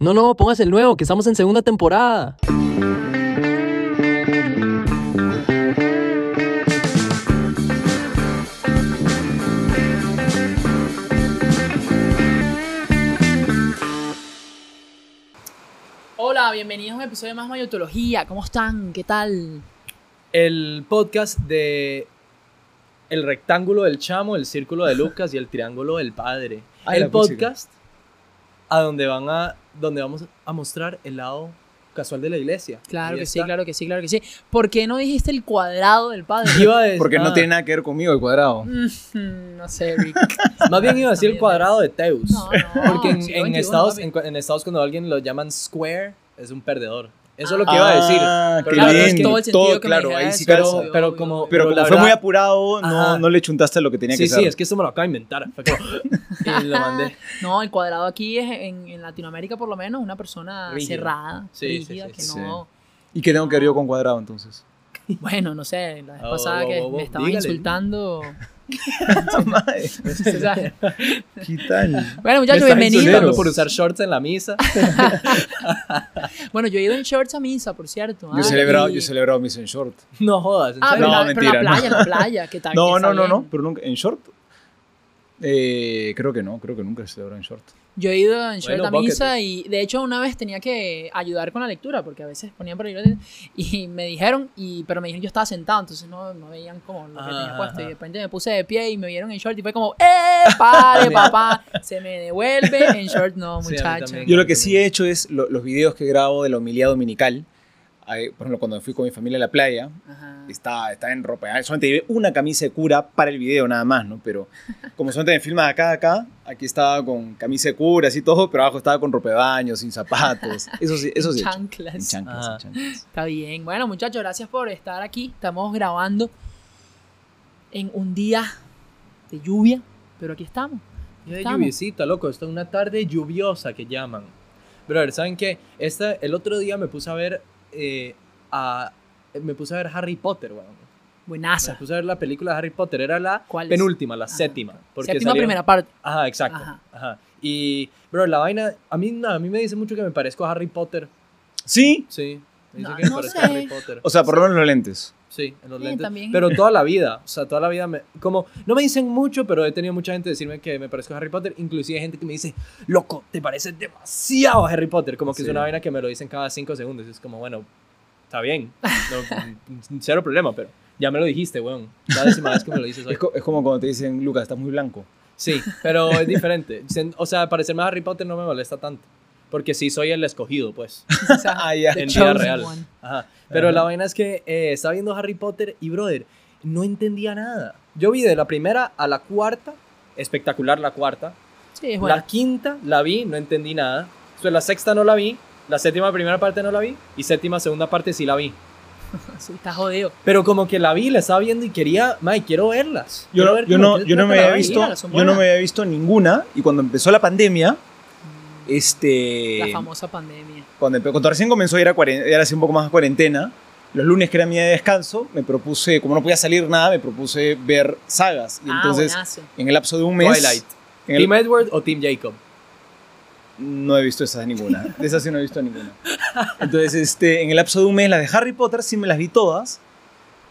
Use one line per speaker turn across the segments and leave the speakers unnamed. No, no, póngase el nuevo, que estamos en segunda temporada.
Hola, bienvenidos a un episodio más de Mayotología. ¿Cómo están? ¿Qué tal?
el podcast de El rectángulo del chamo, el círculo de Lucas y el triángulo del padre.
Ay, la
el
música.
podcast a donde van a donde vamos a mostrar el lado casual de la iglesia.
Claro
Ahí
que sí,
está.
claro que sí, claro que sí. ¿Por qué no dijiste el cuadrado del padre?
Iba a decir-
Porque
ah,
no tiene nada que ver conmigo el cuadrado.
Mm, no sé, Rick.
Más bien iba a decir el cuadrado de Teus.
No, no.
porque en,
sí,
en
21,
Estados,
papi.
en, cu- en Estados cuando a alguien lo llaman square es un perdedor. Eso es lo que iba a decir.
Ah,
Pero
qué
la verdad es
bien.
que
todo
todo,
el sentido que me
claro,
dijera
ahí
eso,
sí
Pero,
calza.
obvio,
pero
obvio,
como,
obvio.
Pero
pero
como
la
fue muy
verdad-
apurado,
Ajá.
no, no le chuntaste lo que tenía
Sí,
que
sí,
ser.
es que eso me lo acaba de inventar. Fue como- y lo mandé.
No, el cuadrado aquí es en, en Latinoamérica, por lo menos, una persona
Rígido.
cerrada,
Sí, sí,
rígida,
sí,
que
sí.
no.
¿Y qué tengo que ver yo con cuadrado entonces?
Bueno, no sé, la vez
Oh,
pasada
oh,
que
oh, oh,
me estaban
dígale.
insultando.
Madre,
o sea,
¿Qué tal?
bueno, muchachos,
Me están insultando
bienvenidos.
por usar shorts en la misa.
Bueno, yo he ido en shorts a misa, por cierto.
Yo he
ah,
celebrado,
y-
yo he celebrado mis en short.
No jodas. ¿en
Ah,
serio?
pero,
No,
la, pero la
mentira, no.
playa, la playa, que tal.
No,
que
no,
está
no,
bien.
no, pero nunca, en short. Eh, creo que no, creo que nunca he celebrado en short.
Yo he ido en short
Bueno,
a
bucket
misa y de hecho una vez tenía que ayudar con la lectura porque a veces ponían por ahí y me dijeron, y, pero me dijeron yo estaba sentado, entonces no, no veían como lo que tenía
Ajá,
puesto y de
ajá.
repente me puse de pie y me vieron en short y fue como, ¡eh, pare, papá! Se me devuelve en short, no,
Sí, a mí
muchacho.
también.
Yo lo que sí he hecho es lo- los videos que grabo de la homilía dominical. Ahí, por ejemplo, cuando fui con mi familia a la playa,
Ajá.
está, está en ropa. Ah, Solamente llevé una camisa de cura para el video nada más, ¿no? Pero como solamente me filma de acá a acá, aquí estaba con camisa de cura, así todo, pero abajo estaba con ropa de baño, sin zapatos. Eso sí, eso sí. he hecho.
Chanclas.
En chanclas, en
Ah.
chanclas.
Está bien. Bueno, muchachos, gracias por estar aquí. Estamos grabando en un día de lluvia, pero aquí estamos.
Ya de
Estamos.
lluviecita, loco. Está una tarde lluviosa que llaman. Brother, ¿saben qué? Esta, el otro día me puse a ver eh, a, me puse a ver Harry Potter, weón. Me
Buenaza.
puse a ver la película de Harry Potter. Era la
¿Cuál es?
penúltima, la
Ajá.
séptima. Porque
Séptima
salieron-
primera parte.
Ajá, exacto.
Ajá.
Ajá. Y, bro, la vaina... A mí, a mí me dice mucho que me parezco a Harry Potter.
Sí,
Sí. Me dice
No,
que me
no
parezco a
sé.
Harry Potter.
o sea, por lo menos los lentes.
Sí, en los
Sí,
lentes.
también.
Pero toda la vida, o sea, toda la vida me, como no me dicen mucho, pero he tenido mucha gente decirme que me parezco a Harry Potter, inclusive gente que me dice, "Loco, te pareces demasiado a Harry Potter", como que es
Sí.
una vaina que me lo dicen cada cinco segundos, y es como, bueno, está bien. no, cero problema, pero ya me lo dijiste, weón. La décima vez que me lo dices hoy.
Es, co- es como cuando te dicen, Lucas, estás muy blanco.
Sí, pero es diferente. Dicen, O sea, parecerme a Harry Potter no me molesta tanto, porque sí soy el escogido, pues.
Ah, ya.
The
en vida
chosen
real.
one.
Ajá. Pero
Ajá.
la vaina es que eh, estaba viendo Harry Potter y, brother, no entendía nada. Yo vi de la primera a la cuarta, espectacular la cuarta.
Sí, es bueno.
La quinta la vi, no entendí nada. Después la sexta no la vi, la séptima primera parte no la vi y séptima segunda parte sí la vi.
Sí, está jodido.
Pero como que la vi, la estaba viendo y quería, madre, quiero verlas. Quiero
Yo,
ver
yo
cómo
no,
que se
yo no
trata
me
la
había
vaina.
visto,
son
yo no
buenas.
me había visto ninguna y cuando empezó la pandemia,
Eh,
este,
La famosa pandemia.
cuando, empe- cuando recién comenzó a ir a cuaren- era así un poco más a cuarentena, los lunes que era mi día de descanso, me propuse, como no podía salir nada, me propuse ver sagas. Y
ah,
entonces,
buenazo.
en el lapso de un mes,
Twilight.
en el-
¿Team Edward o Team Jacob?
no he visto esas ninguna. De esas sí no he visto ninguna. Entonces, este, en el lapso de un mes, las de Harry Potter sí me las vi todas.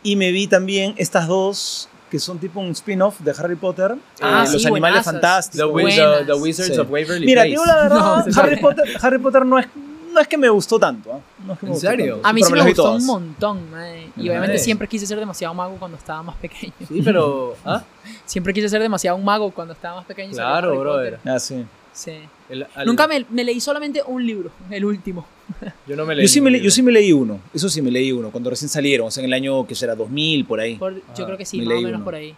Y me vi también estas dos, que son tipo un spin-off de Harry Potter,
Ah,
eh,
sí,
Los Animales
buenazas.
Fantásticos.
The, Wiz- the-
Buenas.
the Wizards
Sí.
of Waverly
Mira,
Place.
te digo la
No,
verdad,
se
Harry,
sabe.
Potter, Harry Potter no es, no es que me gustó tanto. ¿ah? No es que me
¿En
gustó
serio?
tanto,
A mí
pero
sí
me
me
las vi
gustó
todas.
un montón. madre. Y
Ajá.
obviamente
Sí.
siempre quise ser demasiado mago cuando estaba más pequeño.
Sí, pero... ¿ah?
Siempre quise ser demasiado un mago cuando estaba más pequeño. y salió
Claro,
Harry Potter.
brother.
Ah, sí.
Sí.
El- al-
Nunca me, me leí solamente un libro, el último.
Yo no me leí.
Yo sí,
ningún
me le- yo
libro.
sí me leí uno, eso sí me leí uno, cuando recién salieron, o sea, en el año que será 2000, por ahí.
Por- yo
Ah,
creo que sí,
me
más o
leí
menos
uno.
por ahí.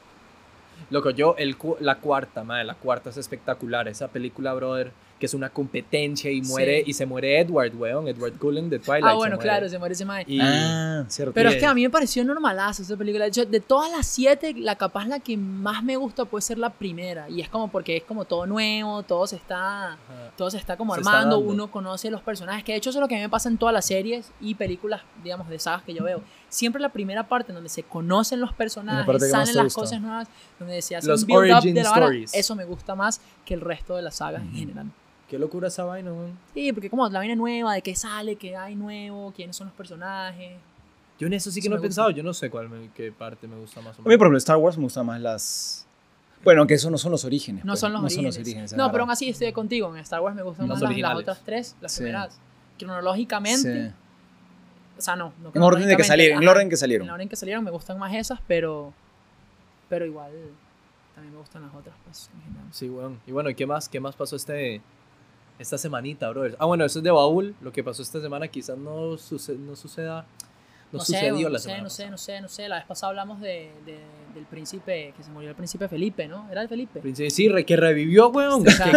Loco, yo, el cu- la cuarta, madre, la cuarta es espectacular. Esa película, brother, que es una competencia y muere
Sí.
y se muere Edward, weón, Edward Cullen de Twilight.
ah,
se
bueno,
muere.
claro, se muere ese mae.
Y-
Ah, cierto.
Pero es
Sí.
que a mí me pareció normalazo esa película. De hecho, de todas las siete, la capaz la que más me gusta puede ser la primera. Y es como porque es como todo nuevo, todo se está,
Ajá.
todo se está como
Se está
armando,
dando.
uno conoce los personajes. Que de hecho eso es lo que a mí me pasa en todas las series y películas, digamos, de sagas que yo veo. Siempre la primera parte en donde se conocen los personajes,
parte que más
salen
te
las
gusta.
cosas nuevas, donde se hace
Los
un build-up
origin
de la vara,
stories.
eso me gusta más que el resto de las sagas en general.
Qué locura esa vaina, weón.
Sí, porque como la vaina nueva, de qué sale, qué hay nuevo, quiénes son los personajes.
Yo en eso sí que
Eso
no he
me gusta.
pensado, yo no sé cuál me- qué parte me gusta más o
A mí,
menos.
por ejemplo, Star Wars me gusta más las. Bueno, aunque esos no son los orígenes.
No
pues,
son los orígenes.
orígenes, es
no, pero aún
verdad.
así estoy contigo. En Star Wars me gustan
Los
más las, las
originales.
otras tres, las
Sí.
primeras. Cronológicamente.
Sí.
O sea, no. no
En orden de
cronológicamente,
que salieron. En el
ajá,
orden que
En el
salieron.
orden que salieron me gustan más esas, pero. Pero igual. También me gustan las otras, pues. en general.
Sí, weón. Y bueno, ¿y qué más? ¿Qué más pasó este esta semanita, brother? Ah, bueno, eso es de baúl, lo que pasó esta semana quizás no suce- no suceda
No,
no,
sé,
sucedió
no,
la
sé,
semana.
no sé, no sé, no sé. La vez pasada hablamos de, de- del príncipe, que se murió el príncipe Felipe, ¿no? ¿Era el Felipe?
Príncipe sí, re- que revivió, weón.
Sí, o sea,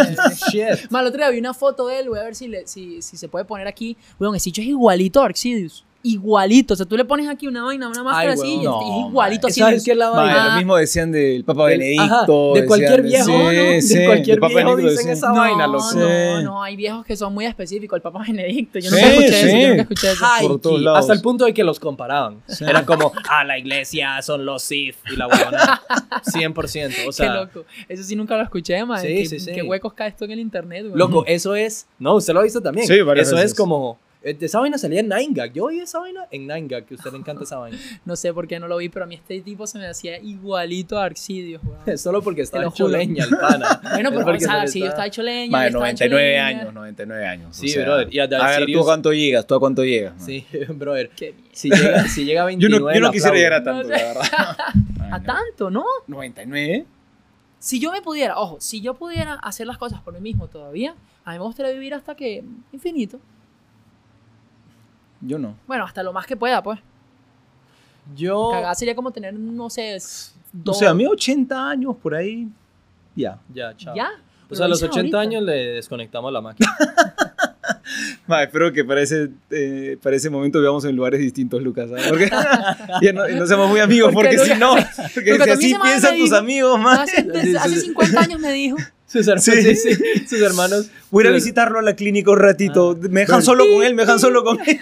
Que- Shit.
Mal, otro día vi una foto de él, voy a ver si, le- si, si se puede poner aquí. Weón, ese chicho es igualito a Arxidius. Igualito. O sea, tú le pones aquí una vaina, una máscara así,
weón,
y
no,
es igualito a
¿Sabes
Arxidius.
qué es la
Madre,
vaina?
Ah.
lo mismo decían del Papa
Del-
Benedicto.
ajá, de cualquier
decían
viejo, ¿no? De cualquier
del Papa
viejo
Benedicto
dicen esa
decían.
vaina, loco.
No, no,
Sí.
no, hay viejos que son muy específicos. El Papa Benedicto, yo
Sí,
nunca escuché eso,
sí.
yo nunca escuché eso.
Ay,
Por todos
y-
lados.
Hasta el punto de que los comparaban.
Sí.
Eran como, ah, la iglesia son los Sith y la huevona. 100%. O
qué
sea,
loco. Eso sí nunca lo escuché, man.
Sí,
qué,
sí, sí.
qué huecos cae esto en el internet, weón.
loco, eso es. No, usted lo ha visto también.
Sí, varias
eso es
veces.
como. eh, Esa vaina salía en 9gag. Yo oí esa vaina en 9gag, que a usted le encanta esa vaina.
No sé por qué no lo vi, pero a mí este tipo se me hacía igualito a Arxidius, weón.
Solo porque estaba
lo
hecho
juro.
leña el pana.
Bueno,
pues,
pero
porque
ah,
o sea,
se le
Arxidius
está-
está hecho leña.
Madre,
él está hecho
99
leña.
años, 99 años. o
Sí,
sea,
brother. Y a,
A ver, ¿tú a cuánto llegas? ¿Tú a cuánto llegas?
Sí, brother.
Qué mierda.
Si llega, si llega a 29. le aplaudo.
tanto, la
verdad.
A tanto, ¿no?
99.
Si yo me pudiera, ojo, si yo pudiera hacer las cosas por mí mismo todavía, a mí me gustaría vivir hasta que infinito.
Yo no.
Bueno, hasta lo más que pueda, pues.
Yo.
Cagada sería como tener, no sé, s-
O
dos.
sea, a mí 80 años por ahí. Ya.
Ya, chao.
Ya.
O
pero
sea, a
lo
los
dices
80
ahorita.
años le desconectamos la máquina.
Ma, espero que para ese, eh, para ese momento vivamos en lugares distintos, Lucas. ¿sabes? Porque ya no, no seamos muy amigos,
Porque
porque, si no, porque
Lucas,
si
a mí se
así
me
piensan
había
tus
ido.
amigos, más.
Hace, desde hace 50 años me dijo.
Sus hermanos. Sí,
Sí.
sí, Sus hermanos.
Voy a ir a
sus-
visitarlo a la clínica un ratito.
Ah.
me dejan solo con él, me dejan solo con él.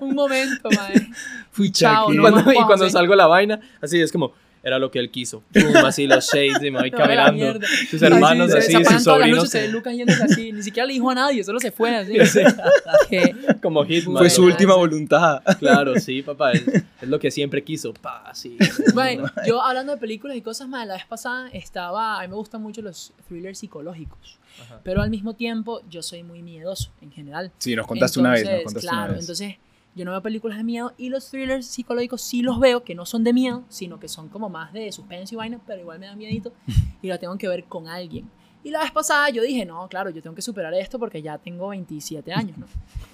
Un momento, madre.
Fui
Chao,
Y
no,
cuando,
no,
y cuando
sí.
salgo la vaina, así es como, era lo que él quiso. Pum, así los shades y me voy
No, a la
caminando.
mierda.
Sus hermanos
se-
así,
se apagan
sus
todas las
sobrinos
luces, se ve Lucas yéndose así. Ni siquiera le dijo a nadie, solo se fue así.
Sí.
Que-
como Hitman.
Fue su
Madre,
última
sí.
voluntad.
Claro, sí, papá. Es, es lo que siempre quiso. Pa, sí.
Bueno, yo hablando de películas y cosas más, la vez pasada estaba. A mí me gustan mucho los thrillers psicológicos.
Ajá.
Pero al mismo tiempo, yo soy muy miedoso en general.
Sí, nos
Entonces, claro, entonces yo no veo películas de miedo y los thrillers psicológicos sí los veo, que no son de miedo, sino que son como más de suspenso y vaina, pero igual me da miedito y la tengo que ver con alguien. Y la vez pasada yo dije, no, claro, yo tengo que superar esto porque ya tengo 27 años, ¿no?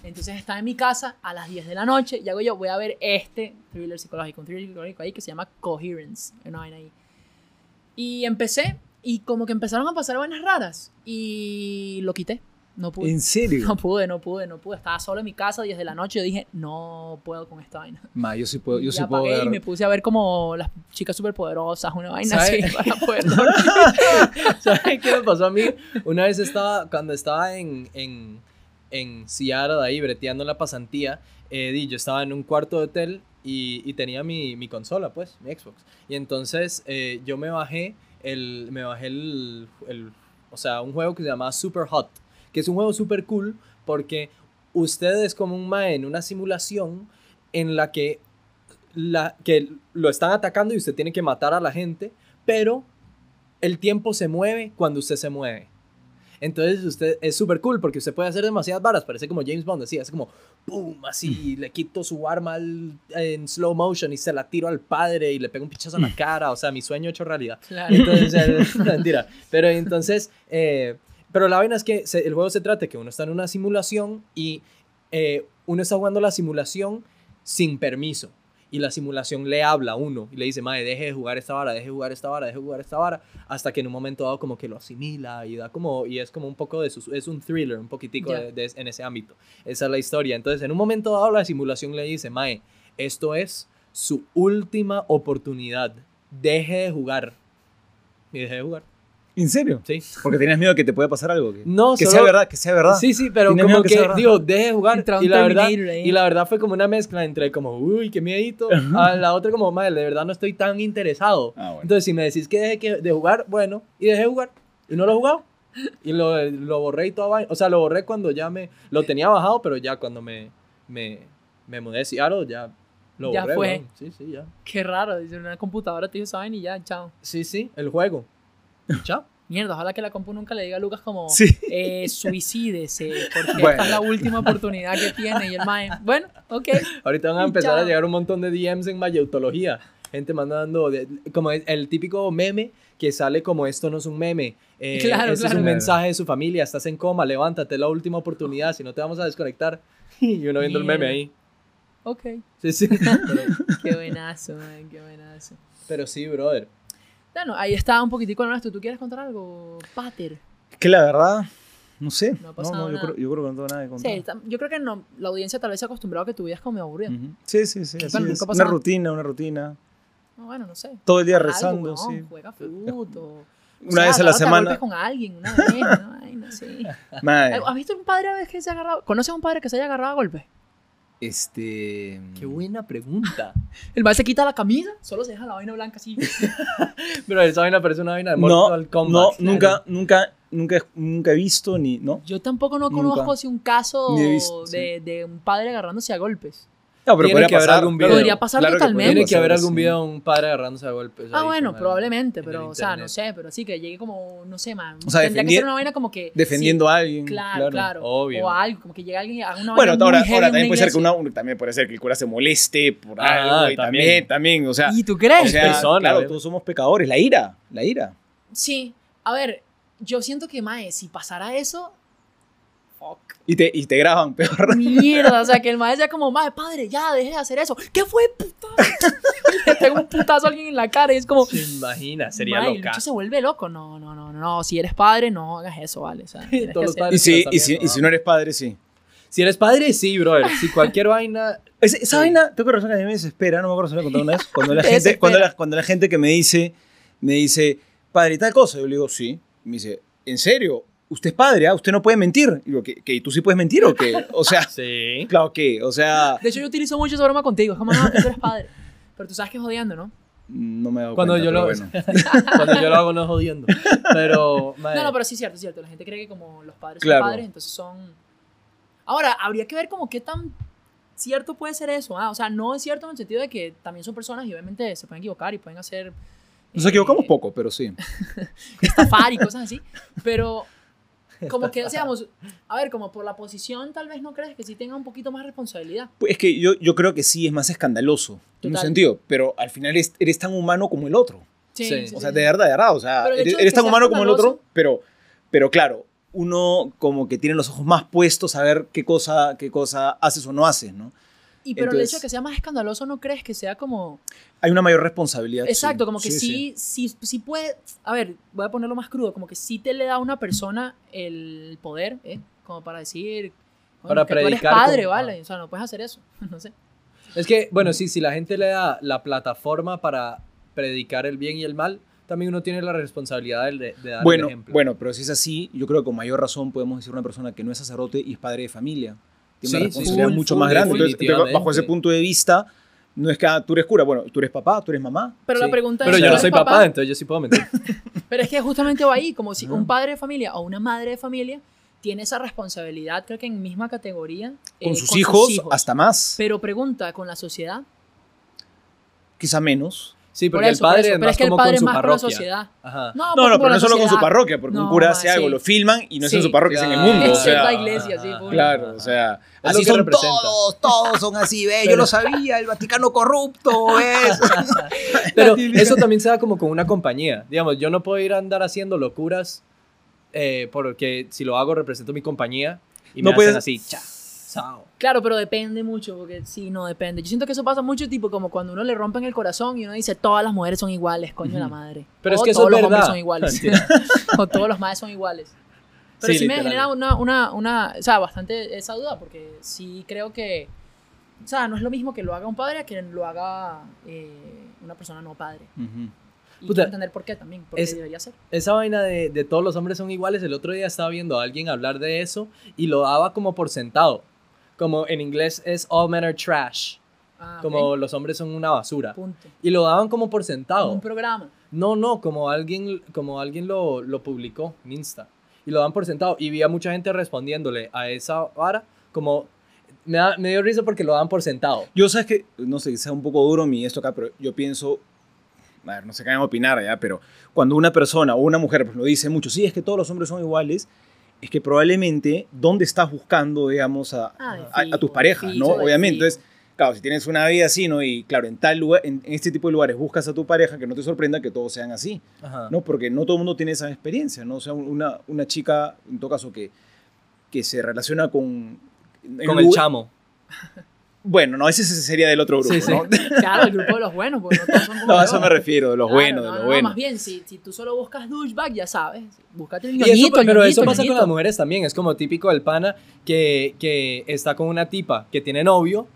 Entonces estaba en mi casa a las 10 de la noche y hago yo, voy a ver este thriller psicológico, un thriller psicológico ahí que se llama Coherence, una vaina ahí. Y empecé y como que empezaron a pasar vainas raras y lo quité, no pude.
¿En
No
serio?
pude, no pude, no pude. Estaba solo en mi casa 10 de la noche. Yo dije, no puedo con esta vaina.
Ma, yo sí puedo, yo
y
sí puedo
apagué y me
ver.
puse a ver como las chicas superpoderosas, una vaina
¿Sabe?
así para poder dormir.
¿Sabes qué me pasó a mí? Una vez estaba, cuando estaba en, en, en Seattle, ahí breteando en la pasantía, eh, di, yo estaba en un cuarto de hotel y, y tenía mi, mi consola, pues, mi Xbox. Y entonces eh, yo me bajé, el, me bajé el, el- o sea, un juego que se llamaba Super Hot, que es un juego super cool porque usted es como un mae en una simulación en la que, la, que lo están atacando y usted tiene que matar a la gente, pero el tiempo se mueve cuando usted se mueve. Entonces usted es súper cool porque usted puede hacer demasiadas varas, parece como James Bond decía, es como pum, así le quito su arma al- en slow motion y se la tiro al padre y le pego un pichazo en la cara, o sea, mi sueño hecho realidad.
Claro.
Entonces, eh, mentira. Pero entonces, eh, pero la vaina es que se- el juego se trata de que uno está en una simulación y eh, uno está jugando la simulación sin permiso. y la simulación le habla a uno y le dice, madre, deje de jugar esta vara, deje de jugar esta vara, deje de jugar esta vara, hasta que en un momento dado como que lo asimila y da como, y es como un poco de su, es un thriller, un poquitico
Ya.
de- de- en ese ámbito. Esa es la historia. Entonces, en un momento dado la simulación le dice, madre, esto es su última oportunidad, deje de jugar. Y deje de jugar,
¿En serio?
sí.
Porque tenías miedo que te pueda pasar algo. Que,
No,
que
solo-
sea verdad, que sea verdad.
Sí, sí, pero
Tiene
como
miedo que
que,
sea verdad.
digo, deje de jugar.
Entra un
Y la, verdad,
Terminator ahí.
y la verdad fue como una mezcla entre como, uy, qué miedito, a la otra como, madre, de verdad no estoy tan interesado.
Ah, bueno.
Entonces, si me decís que deje que- de jugar, bueno, y dejé de jugar, y no lo he jugado, y lo, lo borré y todo, vaina. o sea, lo borré cuando ya me, lo tenía bajado, pero ya cuando me, me, me mudé de Seattle, ya lo
Ya
borré.
fue.
weón. Sí, sí, ya.
Qué raro, dice una computadora te dijo esa vaina y ya, chao.
Sí, sí, el juego. Chao.
Mierda, ojalá que la compu nunca le diga a Lucas como
Sí.
eh, suicídese, porque
Bueno.
esta es la última oportunidad que tiene. Y el mae, bueno, ok.
Ahorita van a
Y
empezar a
chao.
llegar un montón de DMs en mayeutología. Gente mandando, de- como el, el típico meme que sale como esto no es un meme. eh,
Claro,
este es
claro.
un mensaje de su familia, estás en coma, levántate, es la última oportunidad, si no te vamos a desconectar. Y uno viendo el meme
Mierda.
ahí.
Ok.
Sí, sí. Pero,
Qué buenazo, man, qué buenazo.
pero sí, brother.
Bueno, ahí estaba un poquitico nuestro. ¿Tú quieres contar algo, Pater?
Que la verdad, no sé.
No ha
No,
pasado
no, yo,
nada.
creo, yo creo que no tengo nada que contar.
Sí, tam- yo creo que no, la audiencia tal vez se ha acostumbrado a que tu vida es como aburrida.
Ujú. Sí, sí, sí. así
Bueno,
es.
nunca pasa
Una
nada.
rutina, una rutina.
No, bueno, no sé.
Todo el día
Algo,
rezando,
weón,
sí.
Juega fútbol. o-
Una
o sea,
vez a la
agárrate
semana. Eh.
golpes con alguien, una vez, una vaina, sí.
Madre,
¿Has visto un padre a veces que se ha agarrado? ¿Conoces a un padre que se haya agarrado a golpes?
este.
Qué buena pregunta.
El mal se quita la camisa, solo se deja la vaina blanca así.
Pero esa vaina parece una vaina de
No,
Mortal Kombat.
no,
Claro.
nunca, nunca, nunca, nunca he visto ni, ¿no?
Yo tampoco no
Nunca.
conozco si un caso
Ni he visto,
de, de un padre agarrándose a golpes.
No, pero
Tiene
podría
que haber
pasar,
algún
claro,
video.
Podría pasar
claro que podría
totalmente.
Tiene que haber
pasar,
algún
sí.
video de un padre agarrándose a golpes.
Ah,
ahí
bueno,
con el-
probablemente,
en
pero,
el
o sea, no
internet.
sé, pero sí que llegue como, no sé, man.
O sea,
tendría que
defendi-
ser una vaina como que.
Defendiendo a alguien.
sí, claro, claro.
obvio.
O algo, como que llegue alguien y haga una
Bueno,
vaina. muy
ahora,
heavy
ahora
en
también puede ser que
iglesia.
una, un- también puede ser que el cura se moleste por
Ah,
algo y
también.
también, también, o sea,
¿Y tú crees?
o sea,
persona, eh.
claro,
¿verdad?
todos somos pecadores, la ira, la ira.
Sí, a ver, yo siento que, mae, si pasara eso. Fuck.
Y te, y te graban peor.
Mierda, o sea, que el mae sea como, mae, padre, ya, deje de hacer eso. ¿Qué fue, puta? Le pega un putazo a alguien en la cara y es como.
Se imagina, sería
Mae, el
loca.
bicho se vuelve loco. No, no, no, no, no. Si eres padre, no hagas eso, vale. O sea, tienes que
Todos los
hacer-
padres
Y si,
Pero
y, si,
también,
y si no eres padre, sí.
Si eres padre, sí, brother. Si cualquier vaina.
Esa, esa vaina, tengo que razón que a mí me desespera, no me acuerdo si lo he contado una vez, cuando la,
Te
gente, cuando,
desespera.
la, cuando la gente que me dice, me dice, padre, tal cosa, yo le digo, sí, me dice, ¿en serio? Usted es padre, ah? usted no puede mentir. Y digo, ¿qué, qué, tú sí puedes mentir o qué? O sea,
Sí.
claro que, o sea,
De hecho, yo utilizo mucho esa broma contigo. Es como, no, que tú eres padre. Pero tú sabes que es jodiendo, ¿no?
no me he dado
Cuando
cuenta,
yo lo-
pero bueno.
Cuando yo lo hago, no es jodiendo. Pero. mae,
No, no, pero sí es cierto, es cierto. La gente cree que como los padres
Claro.
son padres, entonces son... Ahora, habría que ver como qué tan cierto puede ser eso. ah, O sea, no es cierto en el sentido de que también son personas y obviamente se pueden equivocar y pueden hacer...
Nos
eh,
equivocamos poco, pero sí.
Estafar y cosas así. Pero como que, digamos, a ver, como por la posición tal vez no crees que sí tenga un poquito más responsabilidad.
Pues Es que yo, yo creo que sí es más escandaloso, en un
Total.
sentido, pero al final es- eres tan humano como el otro.
Sí,
Sí.
sí,
O sea,
sí,
de
sí.
verdad, de verdad, o sea,
Pero el
eres,
hecho de
eres
que
tan
seas
humano como el otro,
escandaloso-
pero, pero claro, uno como que tiene los ojos más puestos a ver qué cosa, qué cosa haces o no haces, ¿no?
Y pero el
Entonces-
hecho de que sea más escandaloso no crees que sea como...
Hay una mayor responsabilidad.
Exacto, como que sí, sí, sí, puede. A ver, voy a ponerlo más crudo, como que sí te le da a una persona el poder, ¿eh? Como para decir.
Para
que tú eres
predicar ah.
padre,
con-
¿vale? O sea, no puedes hacer eso. No sé.
Es que, bueno, sí, si la gente le da la plataforma para predicar el bien y el mal, también uno tiene la responsabilidad de, de dar
Bueno,
el ejemplo.
bueno, pero si es así, yo creo que con mayor razón podemos decir una persona que no es sacerdote y es padre de familia. Tiene
Sí,
una
sí,
responsabilidad
full,
mucho
full,
más grande. Entonces,
definitivamente.
bajo ese punto de vista, no es que ah, tú eres cura, bueno, tú eres papá, tú eres mamá.
Pero
Sí.
la pregunta
Pero
es. ¿tú
yo no
eres
soy papá, entonces yo sí puedo mentir.
Pero es que justamente va ahí, como si
Ajá.
un padre de familia o una madre de familia tiene esa responsabilidad, creo que en misma categoría. eh,
Con, sus, hijos,
hijos.
hasta más,
Pero pregunta, ¿con la sociedad?
quizá menos.
Sí,
Por
porque el
eso, por
padre
eso,
es
Pero
más
es que el
como con
padre es
su
más con la
parroquia.
sociedad. No,
Ajá.
No,
porque
no,
por
pero
la
no solo con su
sociedad-
parroquia, porque
No,
un cura
ma,
hace algo,
sí.
lo filman y no es en
Sí,
su parroquia, es en el
claro.
mundo. O
Es la
sea,
iglesia, sí, full.
claro, o sea,
lo
así
que
son
representa.
todos, todos son así, ve, yo
Pero-
lo sabía, el Vaticano corrupto, es.
Pero eso también se da como con una compañía. Digamos, yo no puedo ir a andar haciendo locuras eh, porque si lo hago represento mi compañía y
No
me
puedes-
hacen así, cha. Sao.
Claro, pero depende mucho, porque sí, no depende. Yo siento que eso pasa mucho, tipo como cuando uno le rompen el corazón y uno dice, todas las mujeres son iguales, coño de la
Ujú.
madre.
Pero
o
es que eso
todos
es
los
verdad.
hombres son iguales.
Mentira.
o todos los madres son iguales. Pero
Sí,
sí, me
literal.
genera una, una, una, o sea, bastante esa duda, porque sí creo que, o sea, no es lo mismo que lo haga un padre a que lo haga eh, una persona no padre. Y
Puta,
quiero entender por qué también, porque
es-
debería ser.
Esa vaina de, de todos los hombres son iguales, el otro día estaba viendo a alguien hablar de eso y lo daba como por sentado. Como en inglés es all men are trash,
Ah,
como
ok,
los hombres son una basura.
punto.
Y lo daban como por
Como
sentado.
un programa.
No, no, como alguien, como alguien lo, lo publicó en Insta. Y lo dan por sentado. Y vi a mucha gente respondiéndole a esa vara como... Me, da- me dio risa porque lo dan por sentado.
Yo sabes que, no sé, sea un poco duro mi esto acá, pero yo pienso, a ver, no sé qué van a opinar ya, pero cuando una persona o una mujer pues, lo dice mucho, sí, es que todos los hombres son iguales, es que probablemente dónde estás buscando, digamos, a,
Ah, de
a- a
fijo,
tus parejas,
de
¿no?
fijo, de
Obviamente,
fijo.
entonces, claro, si tienes una vida así, ¿no? Y claro, en tal lugar, en, en este tipo de lugares buscas a tu pareja, que no te sorprenda que todos sean así.
Ajá.
¿no? Porque no todo el mundo tiene esa experiencia, ¿no? O sea, una, una chica, en todo caso, que, que se relaciona con... en
Con el
lugar-
chamo.
Bueno, no, ese sería del otro grupo,
Sí, sí.
¿no?
Claro, el grupo de los buenos, porque no todos son como
No, a
yo.
eso me refiero, de los
Claro,
buenos,
no,
de
no,
los
no,
buenos.
Más bien, si, si tú solo buscas douchebag, ya sabes. Búscate el
Y eso-
ñoñito, el
pero
ñoñito,
eso
el
pasa con
ñoñito.
las mujeres también. Es como típico del pana que, que está con una tipa que tiene novio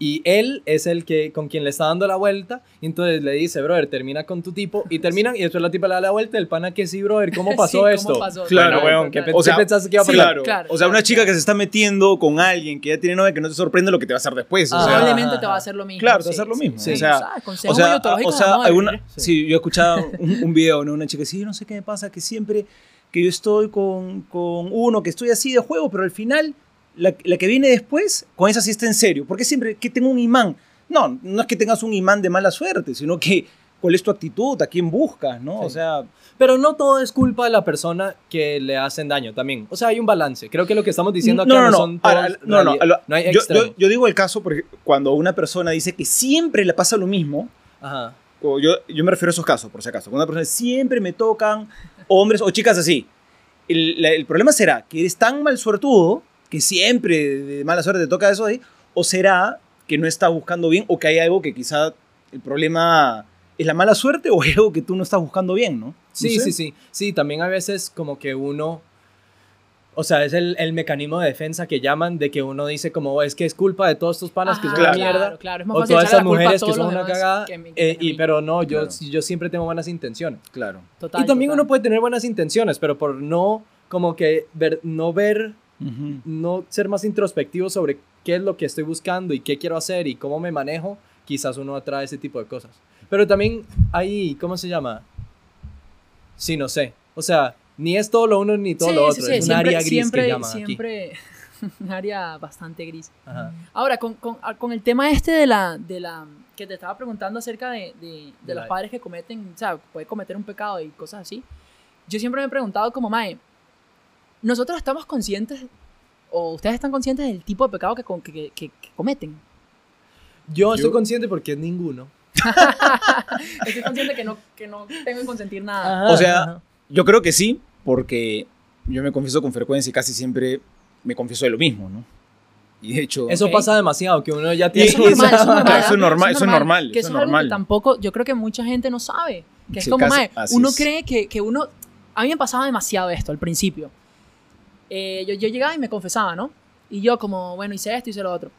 y él es el que con quien le está dando la vuelta. Y entonces le dice, brother, termina con tu tipo. Y terminan y después la tipa le da la vuelta. El pana que sí, brother, ¿cómo
Sí,
pasó
¿cómo
esto?
pasó?
Claro,
Bueno, weón, ¿qué,
total.
pe-
O sea,
qué pensaste que iba a
sí,
pasar?
claro.
claro,
O sea, una
claro,
chica que se está metiendo con alguien que ya tiene novia que no te sorprende lo que te va a hacer después. O sea,
Ah.
Probablemente te va a hacer lo mismo.
Claro, te va a hacer lo mismo.
Sí.
O sea,
¿sabes?
o
Consejos
sea,
odontológicos
o sea,
de amor,
alguna,
¿eh?
sí. yo escuchaba un, un video, ¿no? Una chica, sí, no sé qué me pasa, que siempre que yo estoy con, con uno, que estoy así de juego, pero al final, la, la que viene después, con esa sí está en serio. Porque siempre que tengo un imán, no, no es que tengas un imán de mala suerte, sino que cuál es tu actitud, a quién buscas, ¿no?
Sí.
O sea,
Pero no todo es culpa de la persona que le hacen daño también. O sea, hay un balance. Creo que lo que estamos diciendo acá
no,
no,
no, no,
son
ahora,
todos
no, no,
realidad-
a lo-
no hay
yo,
extremo.
yo- yo digo el caso porque cuando una persona dice que siempre le pasa lo mismo,
Ajá.
o yo, yo me refiero a esos casos, por si acaso. Cuando una persona siempre me tocan hombres o chicas así. El, la- el problema será que eres tan mal suertudo que siempre de mala suerte te toca eso ahí, o será que no estás buscando bien o que hay algo que quizá el problema es la mala suerte o hay algo que tú no estás buscando bien, ¿no? No
Sí,
sé.
sí, sí. Sí, también a veces como que uno... O sea, es el, el mecanismo de defensa que llaman de que uno dice como "Oh, es que es culpa de todos estos panas que son una
claro.
mierda.
Claro, claro, es más
O
fácil
todas
echarle
esas
la culpa a
mujeres que
todos
son
los
una
demás
cagada.
que me-
eh,
que
y,
a mí.
pero no, yo,
Claro.
yo siempre tengo buenas intenciones.
Claro.
Total,
y también
total.
uno puede tener buenas intenciones, pero por no como que ver, no ver,
Ujú.
no ser más introspectivo sobre qué es lo que estoy buscando y qué quiero hacer y cómo me manejo, quizás uno atrae ese tipo de cosas. Pero también hay, ¿cómo se llama? Sí, no sé. O sea, ni es todo lo uno ni todo
Sí,
lo
sí, sí,
otro. es un
siempre-
área gris
siempre,
que llaman aquí.
Siempre un área bastante gris.
Ajá.
Ahora, con, con, a- con el tema este de la, de la que te estaba preguntando acerca de, de- de
De
los
la-
padres que cometen, o sea, puede cometer un pecado y cosas así. Yo siempre me he preguntado como, Mae, ¿nosotros estamos conscientes o ustedes están conscientes del tipo de pecado que, con- que, que- que- que cometen?
Yo estoy
Yo-
consciente porque es ninguno.
Estoy consciente que no, que no tengo que consentir nada.
Ajá,
o sea,
Ah, ajá.
Yo creo que sí, porque yo me confieso con frecuencia y casi siempre me confieso de lo mismo, ¿no? Y de hecho...
eso
ok.
pasa demasiado, que uno ya
Y-
tiene...
Eso es normal, eso es normal.
Eso es normal, eso es normal,
Que eso
eso es
es algo que
normal.
tampoco, yo creo que mucha gente no sabe. Que es
Sí,
como,
casi-
mae,
así
uno
es.
cree que, que uno... A mí me pasaba demasiado esto al principio. Eh, yo, yo llegaba y me confesaba, ¿no? Y yo como, bueno, hice esto, hice lo otro.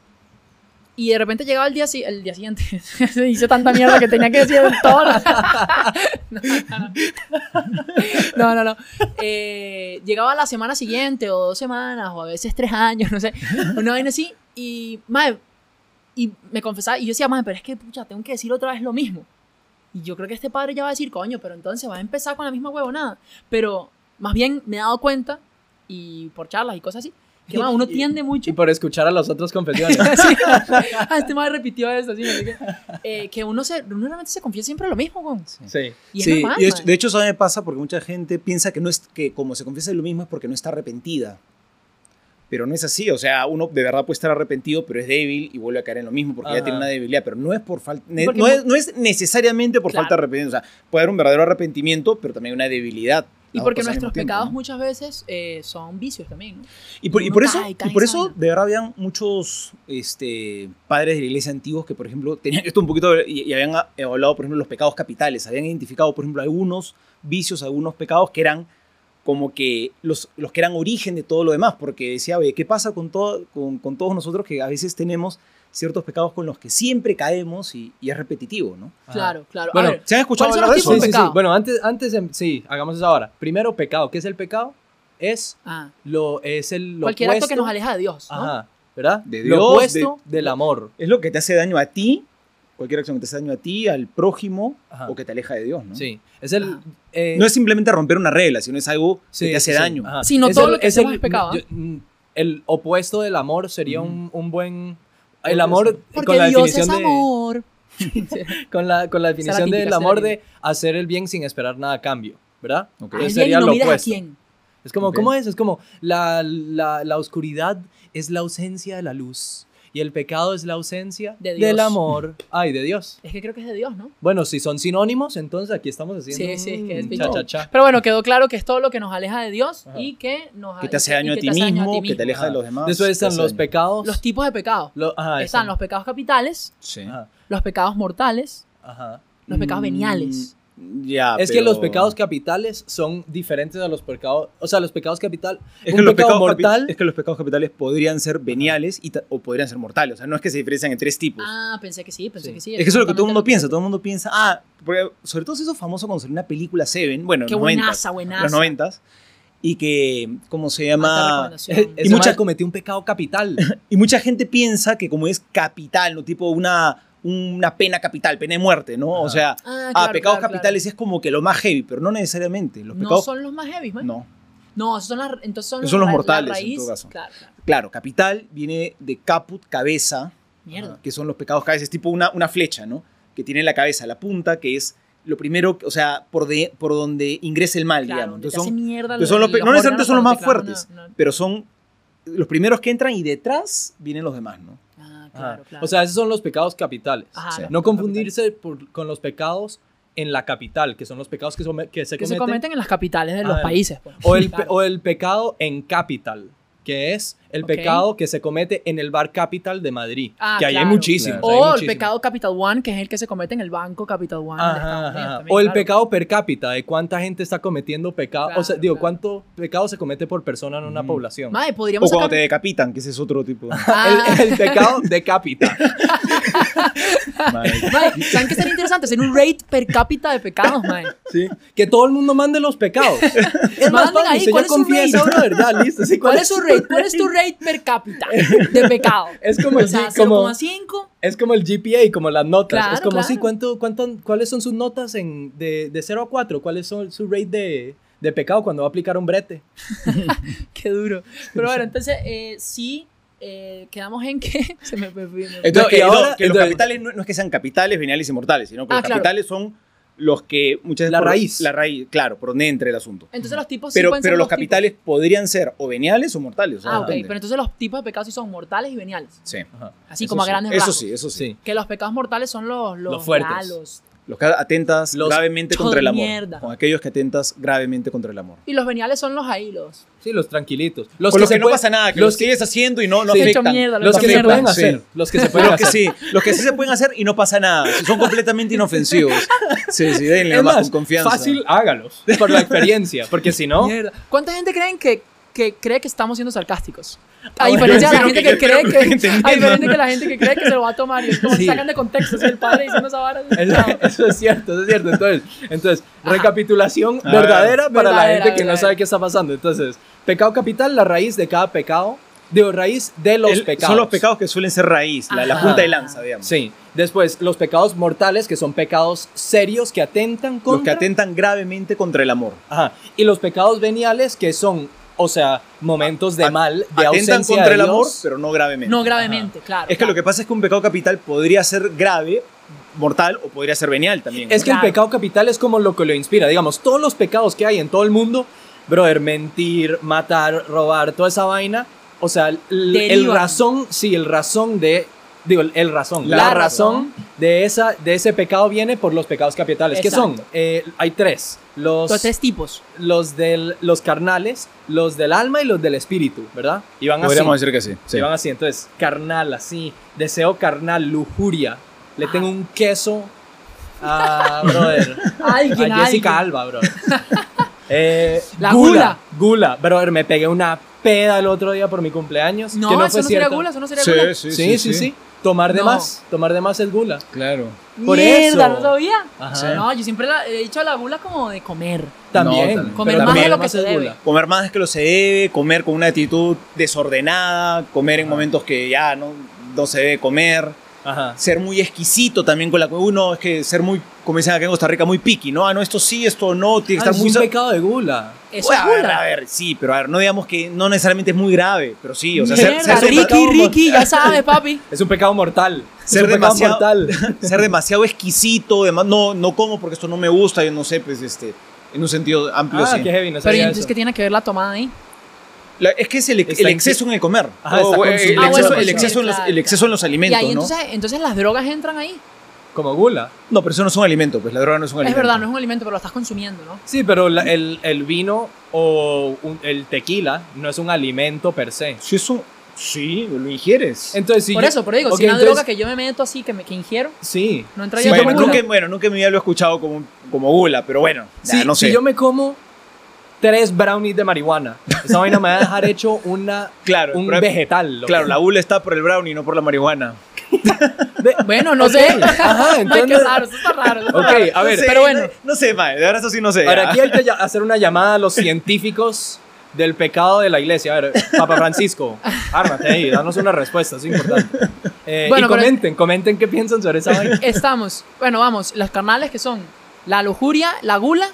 Y de repente llegaba el día, si- el día siguiente. hice tanta mierda que tenía que decir en todo. No, no, no. no, no. Eh, llegaba la semana siguiente o dos semanas o a veces tres años, no sé. Una vaina así. Y, mae, y me confesaba, y yo decía, madre, pero es que, pucha, tengo que decir otra vez lo mismo. Y yo creo que este padre ya va a decir, coño, pero entonces va a empezar con la misma huevonada. Pero más bien me he dado cuenta, y por charlas y cosas así, que ma, uno
Y-
tiende mucho.
Y por escuchar a las otras confesiones.
Sí. ah, este madre repitió esto, así, no sé qué. Eh, que uno, se, uno realmente se confía siempre en lo mismo, weón.
sí.
Y es
sí,
normal,
y de, hecho,
ma.
de hecho eso a mí me pasa porque mucha gente piensa que, no es, que como se confiesa de lo mismo es porque no está arrepentida. Pero no es así, o sea, uno de verdad puede estar arrepentido, pero es débil y vuelve a caer en lo mismo porque
Ajá.
ya tiene una debilidad, pero no es por falta,
Porque
no, es, no es necesariamente por
Claro.
falta de arrepentimiento, o sea, puede haber un verdadero arrepentimiento, pero también una debilidad.
Y
Ah,
porque
pues,
pasa al mismo
nuestros
tiempo,
pecados
¿no?
muchas veces eh, son vicios también, ¿no?
Y por, y
Uno
por eso,
cae, cae
y por
en esa
eso
vaina.
de verdad habían muchos este, padres de la iglesia antiguos que, por ejemplo, tenían esto un poquito y, y habían evaluado, por ejemplo, los pecados capitales. Habían identificado, por ejemplo, algunos vicios, algunos pecados que eran como que los, los que eran origen de todo lo demás, porque decía, oye, ¿qué pasa con, todo, con, con todos nosotros que a veces tenemos ciertos pecados con los que siempre caemos y, y es repetitivo, ¿no?
Ajá.
Claro, claro. A
Bueno,
ver,
¿Se han escuchado
¿Cuáles son
hablar de
los
eso?
tipos
Sí,
de
sí, sí.
pecado.
Bueno, antes, antes, em- sí, hagamos eso ahora. Primero, pecado. ¿Qué es el pecado? Es
ah,
lo, es el, lo
cualquier acto que
opuesto-
nos aleja de Dios, ¿no?
Ajá, ¿verdad?
De
lo
Dios,
opuesto
de-
del amor.
Es lo que te hace daño a ti, cualquier acción que te hace daño a ti, al prójimo
Ajá.
o que te aleja de Dios, ¿no?
Sí, es el...
Ajá.
eh,
No es simplemente romper una regla, sino es algo
sí,
que te hace
sí, sí,
daño.
ajá.
Sí, no todo lo que
es el-
hacemos es pecado,
yo- mm, el opuesto del amor sería un, un buen... El
Porque
amor
sí.
Porque
con la,
Dios es
definición de,
amor.
con, la, con la
es la
definición
típica,
del
esa es la
amor de hacer el bien sin esperar nada a cambio, ¿verdad?
Ok.
Ah, es bien,
sería
y no
lo
miras
opuesto.
a quién.
Es como,
Ok.
¿cómo es? Es como, la, la, la oscuridad es la ausencia de la luz y el pecado es la ausencia
De Dios.
del amor. Ay, de Dios.
Es que creo que es de Dios, ¿no?
Bueno, si son sinónimos, entonces aquí estamos haciendo
Sí, sí, es que
un
es
cha,
pichón.
cha, cha.
Pero bueno, quedó claro que es todo lo que nos aleja de Dios
Ajá.
y que nos
Que te hace
y
daño a
que
ti
te hace daño a
mismo,
ti
que te aleja de los demás.
Después
te
están
hace
los
daño.
pecados.
Los tipos de pecado.
lo-
Ah,
ajá,
Están
están-
los pecados capitales,
Sí.
Ajá,
los pecados mortales,
ajá.
los pecados
Mm,
veniales.
Ya,
es que
Ah, pero-
los pecados capitales son diferentes a los pecados, o sea, los pecados capital,
es
un
que los
pecado
pecados capi-
mortal-
Es que los pecados capitales podrían ser veniales y ta- o podrían ser mortales. O sea, no es que se diferencian en tres tipos.
Ah, pensé que sí, pensé
Sí.
que sí.
es que eso es lo que todo el mundo
exactamente
piensa. Todo el mundo piensa, ah, porque sobre todo se hizo famoso cuando salió una película Seven, bueno,
Qué
en los 90,
buenaza, buenaza.
los noventas, y que, ¿cómo se
Alta
llama?
recomendación.
Y
y
mucha-
mucha eh, cometió un pecado capital.
Y mucha gente piensa que como es capital, ¿no? Tipo una, una pena capital, pena de muerte, ¿no? O
Ajá.
sea,
Ah,
ah,
claro,
pecados
claro,
capitales es como que lo más heavy, pero no necesariamente.
claro. No
Los
eh?
pecados...
son los más heavy, man.
no.
No, esos son las, entonces son,
Esos son los
ra- la
mortales, en
raíz,
todo caso.
Claro, claro.
Claro, capital viene de caput, cabeza,
Mierda.
que son los pecados cabeza. Es tipo una, una flecha, ¿no? Que tiene la cabeza, la punta, que es lo primero, o sea, por, de, por donde ingresa el mal,
Claro,
digamos.
donde te
Entonces
hace
son,
mierda
entonces son los pe- no necesariamente
órganos
son los
cuando
más
te clavan
fuertes.
una- una-
pero son los primeros que entran y detrás vienen los demás, ¿no?
Ah,
Ajá.
claro, claro.
O sea, esos son los pecados capitales.
Ajá,
sí.
los
No
pecados
confundirse por- con los pecados en la capital, que son los pecados que, some- que se
que se
cometen.
cometen en las capitales de los
Ah,
países. pues.
o, el, pe-
Claro.
o el pecado en capital, que es el
Ok.
pecado que se comete en el bar capital de Madrid.
Ah,
que ahí hay
claro.
muchísimos.
Claro.
hay
O el
muchísimos.
pecado Capital One, que es el que se comete en el banco Capital One. de
Ajá,
Estados Unidos
ajá.
también,
O el
claro.
pecado per cápita, de cuánta gente está cometiendo pecado. o sea,
Claro,
digo,
claro.
cuánto pecado se comete por persona en una
Mm.
población.
Madre,
O
podríamos
cuando
sacar.
te decapitan, que ese es otro tipo.
Ah,
El, el pecado de cápita.
Madre.
madre, ¿Saben qué sería interesante? Hacer un rate per cápita de pecados, madre.
Que todo el mundo mande los pecados. Es más
Manden ahí,
fácil, se
¿cuál
ya
es su
confiesa, brother. Ya, listo. sí,
¿Cuál es su rate? ¿Cuál es tu rate per cápita de pecado?
Es como
O
el,
sea,
G- como-
0,5.
es como el GPA, como las notas.
Claro,
es como,
claro.
sí, ¿cuánto, cuánto, ¿cuáles son sus notas en, de, de 0 a 4? ¿Cuáles son su rate de, de pecado cuando va a aplicar un brete?
Qué duro. Pero bueno, entonces, eh, sí, eh, quedamos en que. Se me, me fui, me fui.
Entonces,
No, y
que,
ahora-
no, que los
entonces-
capitales no, no es que sean capitales, veniales y mortales, sino que
Ah,
los
claro.
capitales son los que muchas veces.
La
por-
raíz.
La raíz, claro, por donde entra el asunto.
Entonces, los tipos sí
pero
pueden ser
pero los
dos tipos.
capitales podrían ser o veniales o mortales. o sea,
Ah, ok.
depende.
Pero entonces, los tipos de pecados sí son mortales y veniales.
Sí.
Ajá.
Así
Eso
como
sí,
a grandes
Eso
rasgos.
sí, eso sí.
Pues Sí.
Que los pecados mortales son los, los,
Los fuertes.
ya, los-
Los que atentas
Los
gravemente
chos
contra el
de
amor.
mierda.
Con aquellos que atentas gravemente contra el amor.
y los veniales son los ahí, los.
Sí, los tranquilitos. Los
Con los que,
se
no
puede-
pasa nada, que
los
los sigues haciendo y no, no
Sí.
afectan.
Hecho mierda,
Los
Los
que se
mierda.
pueden
Sí.
hacer. Los que se pueden
Los que
hacer.
sí, los que sí se pueden hacer y no pasa nada. Son completamente inofensivos. Sí, sí, denle
Es
nomás
más,
con confianza.
fácil hágalos. Por la experiencia. Porque si no.
Mierda. ¿Cuánta gente creen que, que cree que estamos siendo sarcásticos? A
Ah, bueno,
diferencia de la
espero
gente
que-
que, cree
espero que
que,
te
a
entiendan.
diferencia de la gente que cree que se lo va a tomar y es como
Sí.
sacan de contexto si el padre diciendo esa vara. así,
Eso,
chao.
eso es cierto, eso es cierto. Entonces, entonces
Ajá.
recapitulación
A ver.
verdadera para la
Ah. Verdadera,
gente que no
verdadera.
sabe qué está pasando. Entonces, pecado capital, la raíz de cada pecado. Digo, raíz de los
El-
pecados.
Son los pecados que suelen ser raíz, la, la
Ajá.
punta de lanza, digamos.
Sí. Después, los pecados mortales, que son pecados serios que atentan contra.
Los que atentan gravemente contra el amor.
Ajá. Y los pecados veniales, que son, o sea, momentos de
A-
mal, de ausencia
Atentan contra
de
el amor,
Dios.
pero no gravemente.
No gravemente, claro.
es que lo que pasa es que un pecado capital podría ser grave, mortal o podría ser venial también.
Es que
Claro.
el pecado capital es como lo que lo inspira. Digamos, todos los pecados que hay en todo el mundo, brother, mentir, matar, robar, toda esa vaina. O sea, el, el
Derivan.
razón, sí, el razón de digo, el- el razón. La,
La
razón de, esa, de ese pecado viene por los pecados capitales. ¿Qué son?
Exacto.
Eh, hay tres. Los,
Los tres tipos.
los, del, los carnales, los del alma y los del espíritu, ¿verdad? Y van así.
Podríamos decir que sí. sí.
Y van así. Entonces, carnal, así. Deseo carnal, lujuria. Le
Ah.
tengo un queso a, brother,
Alguien,
a Jessica
alguien.
Alba, brother. Eh,
La
Gula. Brother, me pegué una peda el otro día por mi cumpleaños.
No,
que no
eso
fue
no sería
cierto.
gula, eso no sería gula.
Sí, sí, sí. Tomar de
No.
más. Tomar de más es gula.
Claro.
Por
Mierda,
eso.
no sabía.
Ajá.
Sí.
No, yo siempre la- he dicho a la gula como de comer.
También.
No, también.
Comer
Pero
más de
también
lo que
más
se
es
debe.
gula.
Comer más es que lo se debe, comer con una actitud desordenada, comer en momentos que ya no, no se debe comer,
Ajá.
ser muy exquisito también con la uno es que ser muy, como dicen acá en Costa Rica, muy piqui, ¿no? Ah, no, esto sí, esto no, tiene que
Ah,
estar
es
muy...
un
sa-
pecado de gula.
Eso
Bueno,
es
a ver,
gula.
a ver, sí, pero a ver, no digamos que no necesariamente es muy grave, pero sí, o sea, ser,
Mierda,
ser- ser-
Ricky, Ricky, ya sabes, papi.
Es un pecado mortal. Es
Ser
un pecado
demasiado-
mortal.
ser demasiado exquisito, dema- no, no como porque esto no me gusta, yo no sé, pues este, en un sentido amplio,
Ah,
sí.
qué heavy, no
Pero ¿y
sabía
entonces
eso.
qué tiene que ver la tomada ahí?
La- es que es el, ex-
Está
el
en-
exceso en el comer.
Ajá, está
O, eh, el,
consumiendo
exceso,
la
el
persona.
exceso en los, el
Claro,
exceso en los
Y
alimentos,
ahí
¿no?
entonces, entonces las drogas entran ahí.
Como gula.
No, pero eso no es un alimento, pues la droga no es un
Es
alimento.
verdad, no es un alimento, pero lo estás consumiendo, ¿no?
Sí, pero la- el, el vino o un- el tequila no es un alimento per se.
Sí, eso, sí, lo ingieres.
Entonces, si
por
yo-
eso, por eso digo,
Ok,
si una
entonces-
droga que yo me meto así, que me que ingiero,
Sí.
no entra
Sí,
ya
bueno,
como
yo me-
gula.
nunca, bueno, nunca me había lo he escuchado como, como gula, pero bueno, ya,
Sí,
no sé.
Si yo me como tres brownies de marihuana, esa vaina me va a dejar hecho una,
Claro,
un
pero-
vegetal. loco.
Claro, la gula está por el brownie, no por la marihuana.
Bueno, no sé.
Ajá,
Ay, qué
entonces.
raro, eso está raro. eso está
Ok,
raro.
a ver,
No sé,
pero bueno.
No, no sé, mae, de verdad eso sí no sé. Ah,
Ahora
ya.
aquí hay que ya- hacer una llamada a los científicos del pecado de la iglesia. A ver, Papa Francisco, ármate ahí, danos una respuesta, es importante. Eh,
Bueno,
y
pero-
comenten, comenten qué piensan sobre esa vaina.
Estamos, bueno, vamos, las carnales que son la lujuria, la gula,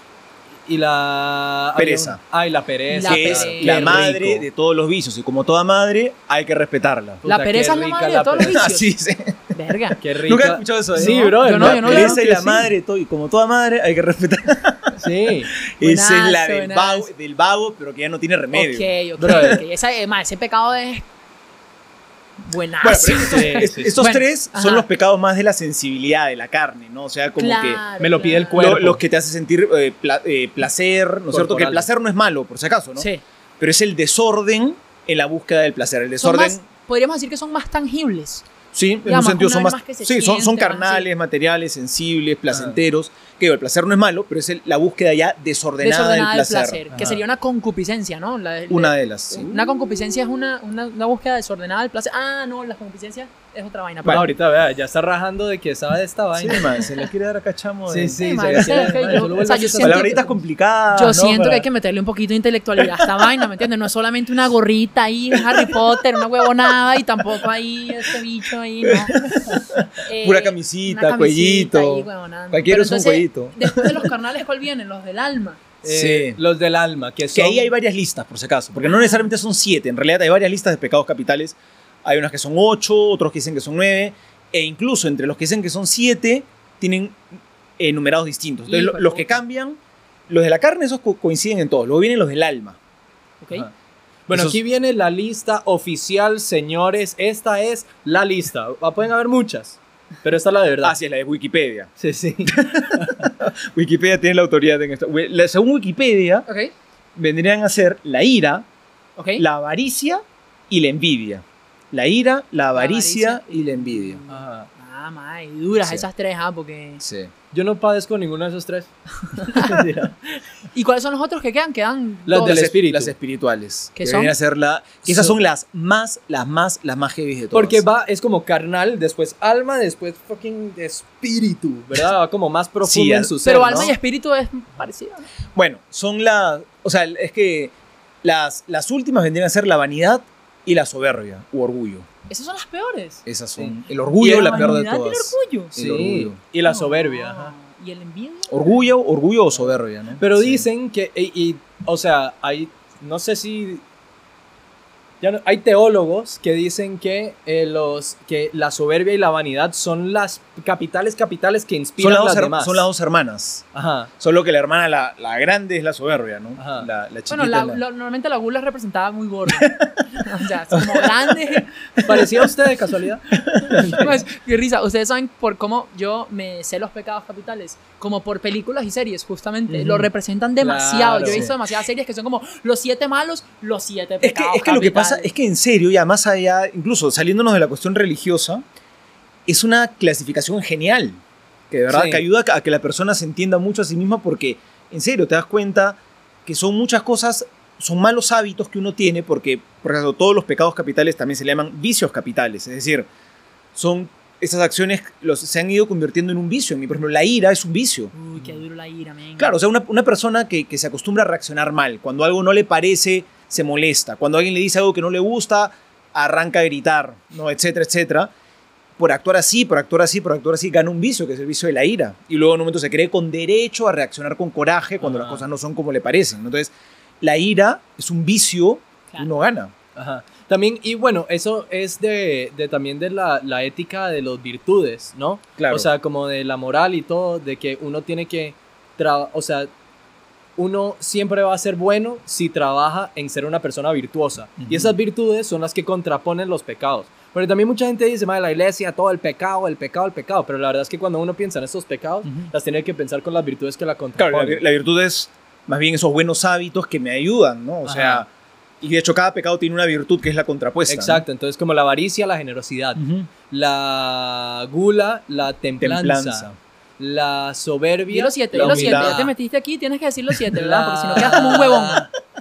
Y la...
Pereza.
Ay, la pereza.
La
Que es
pereza.
la
Qué
madre
rico.
de todos los vicios y como toda madre hay que respetarla.
Puta,
la pereza es
qué
la
rica
madre
la
de todos los
pereza.
vicios.
Así sí.
Verga.
Qué rica.
Nunca he escuchado eso. ¿eh?
Sí,
No,
bro.
yo no,
la
yo no,
La
yo no.
pereza
pereza y la madre, todo- y como toda madre hay que respetarla.
Sí.
Esa es la
Buenazo,
del
buenazo.
vago, del vago, pero que ya no tiene remedio.
Ok, ok,
Brother.
ok. Esa, eh, ma, ese pecado es buenazo.
Bueno, pero
Sí, sí, sí.
Estos
Bueno,
tres
ajá.
son los pecados más de la sensibilidad de la carne, ¿no? O sea, como
Claro,
me lo pide el
que lo-
cuerpo.
los que te hace sentir eh, pla- eh, placer, ¿no es cierto? Que el
Corporal.
placer no es malo, por si acaso, ¿no?
Sí.
Pero es el desorden en la búsqueda del placer. El
Son
desorden,
más- podríamos decir que son más tangibles.
sí, en
Ya,
un
más
sentido
una
son
vez
más,
más que se
sí, son, son
siente, más,
carnales, materiales, sensibles, placenteros. Que digo, el placer no es malo, pero es el- la búsqueda ya desordenada,
Desordenada del placer. Que
Ajá.
sería una concupiscencia, ¿no? La de-
Una de las.
de-
sí.
Una concupiscencia es una, una, una búsqueda desordenada del placer. Ah, no, la concupiscencia es otra vaina.
Bueno,
perdón.
ahorita, vea, ya está rajando de que sabe de esta
Sí,
vaina.
man, se le quiere dar acá chamo eh.
Sí,
de-
sí,
Sí,
se
man,
le
sí,
quiere-
ok,
man,
yo-
solo vuelve
o sea,
a
yo
hacer
siento que-
Palabritas complicadas.
Yo
Ah, ¿no?
siento
Para-
que hay que meterle un poquito de intelectualidad a esta vaina, ¿me entiendes? No es solamente una gorrita ahí, un Harry Potter, una huevonada y tampoco ahí este bicho ahí, ¿no? Eh,
Pura camisita,
una camisita
cuellito.
ahí, huevonada.
Cualquiera
Pero
usa un
entonces,
cuellito.
Después de los carnales, ¿cuál vienen? Los del alma.
Eh,
Sí.
Los del alma, que
Que
son...
ahí hay varias listas, por si acaso, porque no necesariamente son siete, en realidad hay varias listas de pecados capitales. Hay unas que son ocho, otros que dicen que son nueve, e incluso entre los que dicen que son siete, tienen eh, numerados distintos. Entonces, lo-
Híjole.
los que cambian, los de la carne, esos co- coinciden en todos. Luego vienen los del alma.
¿ok?
Ajá. Bueno,
Esos-
aquí viene la lista oficial, señores. Esta es la lista. Ah, Pueden haber muchas, pero esta es la de verdad.
Ah, sí, es la de Wikipedia.
Sí, sí.
Wikipedia tiene la autoridad en esto. Wi- la- Según Wikipedia,
¿Ok?
vendrían a ser la ira,
¿Ok?
la avaricia y la envidia. La ira, la avaricia,
avaricia.
y la envidia.
Ajá.
Ah, madre, duras
Sí.
esas tres, ah, porque...
Sí.
Yo no padezco ninguno de esos tres.
¿Y cuáles son los otros que quedan? Quedan
Las
dos.
del
las,
espíritu.
las espirituales.
¿Qué
que
son?
vienen a ser la- que esas
Son-
son las más, las más, las más heavy de todas.
Porque va, es como carnal, después alma, después fucking espíritu, ¿verdad? Va como más profundo
Sí,
en
al-
su ser.
Pero
¿no?
alma y espíritu es parecido. ¿no?
Bueno, son las. O sea, es que las, las últimas vendrían a ser la vanidad y la soberbia u orgullo.
Esas son las peores.
Esas son. El orgullo
Y
es la,
la
peor de
vanidad y el
todas.
orgullo.
Sí,
El orgullo.
y la soberbia.
No.
ajá.
¿Y el envidia?
Orgullo, orgullo o soberbia, ¿no?
Pero
Sí.
dicen que, y, y, o sea, hay, no sé si, ya no- hay teólogos que dicen que, eh, los, que la soberbia y la vanidad son las capitales capitales que
Son
inspiran
las,
las,
dos her-
demás.
son las dos hermanas.
Ajá.
Solo que la hermana, la, la grande, es la soberbia, ¿no?
Ajá.
La, la chiquita.
Bueno, la-
es la-
lo- normalmente la gula es representada muy gorda. O sea, es como grande.
¿Parecía a usted de casualidad?
Pues, qué risa. Ustedes saben por cómo yo me sé los pecados capitales. Como por películas y series, justamente.
Ujú.
Lo representan demasiado.
Claro.
yo he visto
Sí.
demasiadas series que son como los siete malos, los siete
Es que,
pecados
es que lo que
capitales.
pasa es que en serio, ya más allá, incluso saliéndonos de la cuestión religiosa, es una clasificación genial, que de verdad
Sí.
que ayuda a que la persona se entienda mucho a sí misma porque en serio te das cuenta que son muchas cosas, son malos hábitos que uno tiene porque, por ejemplo, todos los pecados capitales también se le llaman vicios capitales, es decir, son esas acciones los, se han ido convirtiendo en un vicio. En mí, por ejemplo, la ira es un vicio.
Uy, qué duro la ira, men.
Claro, o sea, una, una persona que, que se acostumbra a reaccionar mal, cuando algo no le parece, se molesta, cuando alguien le dice algo que no le gusta, arranca a gritar, ¿no? etcétera, etcétera. Por actuar así, por actuar así, por actuar así, gana un vicio, que es el vicio de la ira. Y luego en un momento se cree con derecho a reaccionar con coraje cuando
Ajá.
las cosas no son como le parecen. ¿no? Entonces, la ira es un vicio que
Claro.
uno gana.
Ajá. También, y bueno, eso es de, de también de la, la ética de las virtudes, ¿no?
Claro.
O sea, como de la moral y todo, de que uno tiene que, tra- o sea, uno siempre va a ser bueno si trabaja en ser una persona virtuosa. Y esas virtudes son las que contraponen los pecados. Porque también mucha gente dice, madre, la iglesia, todo el pecado, el pecado, el pecado. Pero la verdad es que cuando uno piensa en estos pecados,
Ujú.
las tiene que pensar con las virtudes que la
Claro, la,
contraponen.
vi- la virtud es más bien esos buenos hábitos que me ayudan, ¿no? O
Ajá.
sea, y de hecho cada pecado tiene una virtud que es la contrapuesta. ¿no?
Exacto, entonces como la avaricia, la generosidad.
Ujú.
la gula, la templanza,
Templanza.
la
Di
soberbia,
los siete,
la
di los siete.
humildad,
Ya te metiste aquí, tienes que decir los siete, ¿verdad?
la-
Porque si no quedas como un huevón.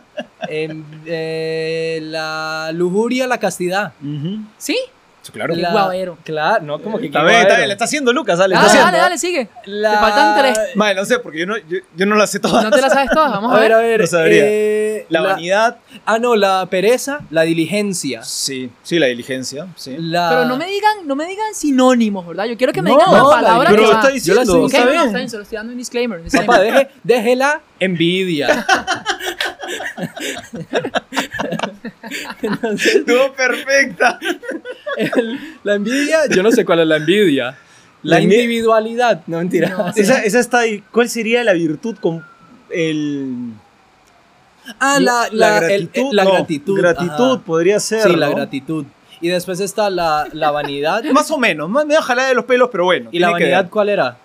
em, eh, la lujuria, la castidad.
Ujú.
¿Sí?
Sí, Claro.
la-
guavero.
Claro, no, como que
Está
qué
bien, está
guavero.
bien, le está haciendo Lucas,
Ah,
dale, le
Dale,
está
dale,
haciendo.
dale, sigue.
La-
Te faltan tres.
Madre, no sé, porque yo no, yo, yo no la sé todas.
No te las sabes todas, vamos
A ver, a ver.
No sabría.
eh,
La vanidad,
Ah, no, la pereza, la diligencia.
sí, sí, la diligencia, sí.
la-
Pero no me digan, no me digan sinónimos, ¿verdad? Yo quiero que me
No,
digan la
no,
palabra
pero
que va.
lo
Yo
está
la
diciendo,
estoy-
Ok,
está
no,
bien.
está bien, se lo estoy dando un disclaimer. un
Papá,
disclaimer.
deje, deje la envidia.
Estuvo perfecta.
El- la envidia, yo no sé cuál es la envidia. La
La envi-
individualidad, no mentira.
No, sí.
Esa, esa está ahí. ¿Cuál sería la virtud con el
Ah, la, la, el-
gratitud?
la
no,
gratitud.
gratitud
ajá.
podría ser.
Sí, la
¿no?
gratitud. Y después está la, la vanidad.
Más o menos, más me da jalada de los pelos, pero bueno.
¿Y la
tiene que
vanidad
ver.
cuál era?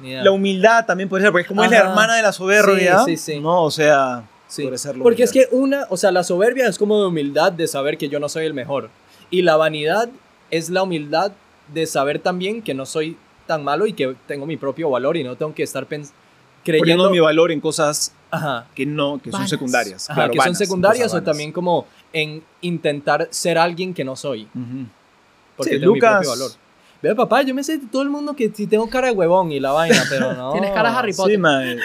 Ni idea.
La humildad también podría ser, porque es como es la
Ajá.
hermana de la soberbia.
Sí, sí, sí.
No, o sea,
Sí.
podría ser la
Porque es
humildad.
que una, o sea, la soberbia es como de humildad de saber que yo no soy el mejor. Y la vanidad es la humildad de saber también que no soy tan malo y que tengo mi propio valor y no tengo que estar pens- creyendo.
poniendo mi valor en cosas
Ajá.
que no, que
Vanas.
son secundarias.
Ajá,
claro,
que son
vanas,
secundarias
cosas
o
vanas.
también como en intentar ser alguien que no soy.
Ujú.
Porque
Sí,
tengo mi
Lucas-
propio valor. Ve, papá, yo me sé de todo el mundo que si tengo cara de huevón y la vaina, pero no.
Tienes cara de Harry
Sí,
Potter.
mae.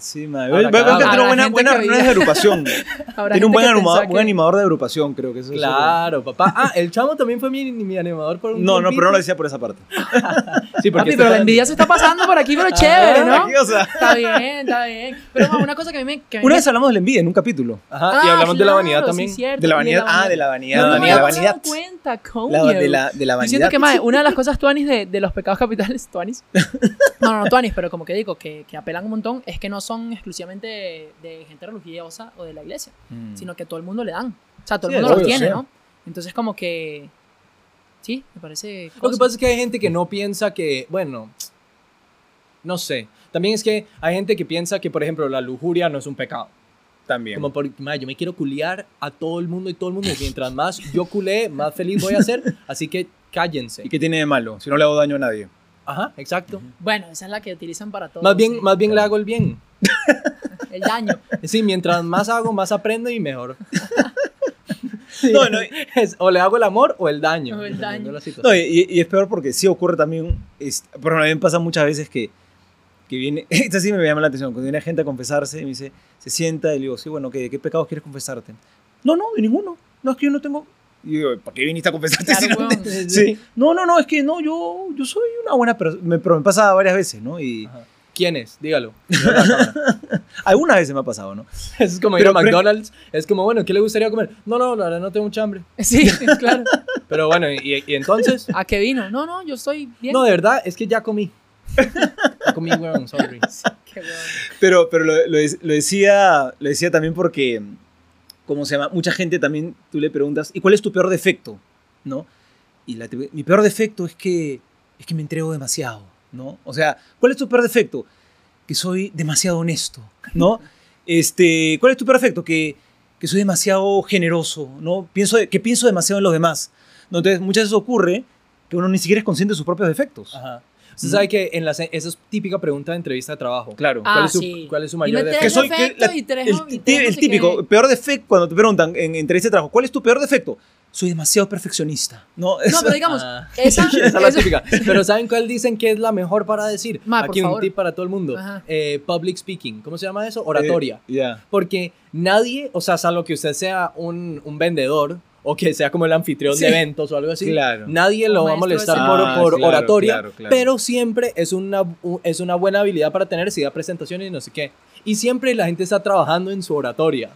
Sí, mae.
Habrá
Veo- veo
cagado.
que tiene
Habrá
buena-
gente
buenas
que
reuniones de
diga-
agrupación.
Habrá
¿eh? Tiene
gente
un buen
que
animador,
pensaba
buen
que-
animador de agrupación, creo que eso es
Claro, papá. Ah, el chamo también fue mi, mi animador por un
seguro. No, no,
tiempito.
pero no lo decía por esa parte.
Sí, porque
Papi,
este
pero la
está-
envidia se está pasando por aquí, pero chévere, ¿no?
O sea,
Está bien, está bien. Pero ma, una cosa que a mí me... que a mí
una
me-
vez hablamos de la envidia en un capítulo.
Ajá,
Ah,
y hablamos de la
claro,
vanidad
sí,
también.
cierto,
De la
y
vanidad. Ah, de la vanidad.
No, no,
la
me
vanidad.
había
La
dado
vanidad.
cuenta,
La,
coño.
de la, de la
Yo siento
vanidad.
que mae, una de las cosas tuanis de, de los pecados capitales, tuanis. No, no, no, tuanis, pero como que digo, que, que apelan un montón, es que no son exclusivamente de, de gente religiosa o de la iglesia,
Mm.
sino que todo el mundo le dan. O sea, todo
Sí,
el mundo los
obvio,
tiene,
sí.
¿no? Entonces como que... Sí, me parece...
Lo que
cosa.
pasa es que hay gente que no piensa que, bueno, no sé. También es que hay gente que piensa que, por ejemplo, la lujuria no es un pecado.
También.
Como por, "Ma, yo me quiero culiar a todo el mundo y todo el mundo. Mientras más yo culé, más feliz voy a ser. Así que cállense.
¿Y qué tiene de malo? Si no le hago daño a nadie.
Ajá, exacto.
Bueno, esa es la que utilizan para todo.
Más bien,
sí.
más bien le hago el bien.
El daño.
Sí, mientras más hago, más aprendo y mejor.
No, no,
Es o le hago el amor o el daño.
O el daño.
dependiendo de la
No,
situación.
y, y es peor porque sí ocurre también, es, pero a mí me pasa muchas veces que, que viene, esta sí me llama la atención, cuando viene gente a confesarse y me dice, se sienta y le digo, sí, bueno, ¿qué, ¿de qué pecados quieres confesarte? No, no, de ninguno, no, es que yo no tengo... Y digo, ¿para qué viniste a confesarte?
Claro,
si no,
weón.
te- sí. no, no, no, es que no, yo, yo soy una buena persona, me, pero me pasa varias veces, ¿no? Y
Ajá. ¿Quién es? Dígalo.
algunas veces me ha pasado, ¿no?
Es como ir
Pero
a McDonald's. Es como, bueno, ¿qué le gustaría comer? No, no, la verdad no tengo mucha hambre.
Sí, claro.
Pero bueno, ¿y, y entonces?
¿A qué vino? No, no, yo estoy bien.
No, de verdad, es que ya comí. Ya comí, weón, sorry.
Qué bueno.
Pero, pero lo, lo de- lo decía, lo decía también porque ¿cómo se llama? Mucha gente también tú le preguntas, ¿y cuál es tu peor defecto? ¿No? Y la, te- mi peor defecto es que, es que me entrego demasiado, ¿no? O sea, ¿cuál es tu peor defecto? Que soy demasiado honesto, ¿no? Este, ¿Cuál es tu peor defecto? Que, que soy demasiado generoso, ¿no? Pienso, de- que pienso demasiado en los demás. ¿no? Entonces, muchas veces ocurre que uno ni siquiera es consciente de sus propios defectos.
Ajá. Usted sabe que en las, esa es típica pregunta de entrevista de trabajo.
Claro.
Ah,
¿Cuál es su,
sí.
cuál es su
Dime
mayor
tres
defecto?
que soy que
defectos
la-
y tres
el,
no- y
tí-
tres no
el
sé
típico
qué.
peor defecto cuando te preguntan en entrevista de trabajo cuál es tu peor defecto soy demasiado perfeccionista no,
No,
Eso-
pero digamos,
Ah.
esa,
Esa es la
esa-
típica. Pero ¿saben cuál dicen que es la mejor para decir?
Ma, por
Aquí un
favor.
tip para todo el mundo.
Ajá.
Eh, public speaking. ¿Cómo se llama eso? Oratoria.
Eh, ya.
Porque nadie, o sea, salvo que usted sea un, un vendedor o que sea como el anfitrión de
Sí.
eventos o algo así,
Claro.
nadie lo
Un
va a
maestro
molestar
de
por,
ceremonias.
por
Ah, claro,
oratoria,
claro, claro.
pero siempre es una, u- es una buena habilidad para tener si da presentaciones y no sé qué. Y siempre la gente está trabajando en su oratoria.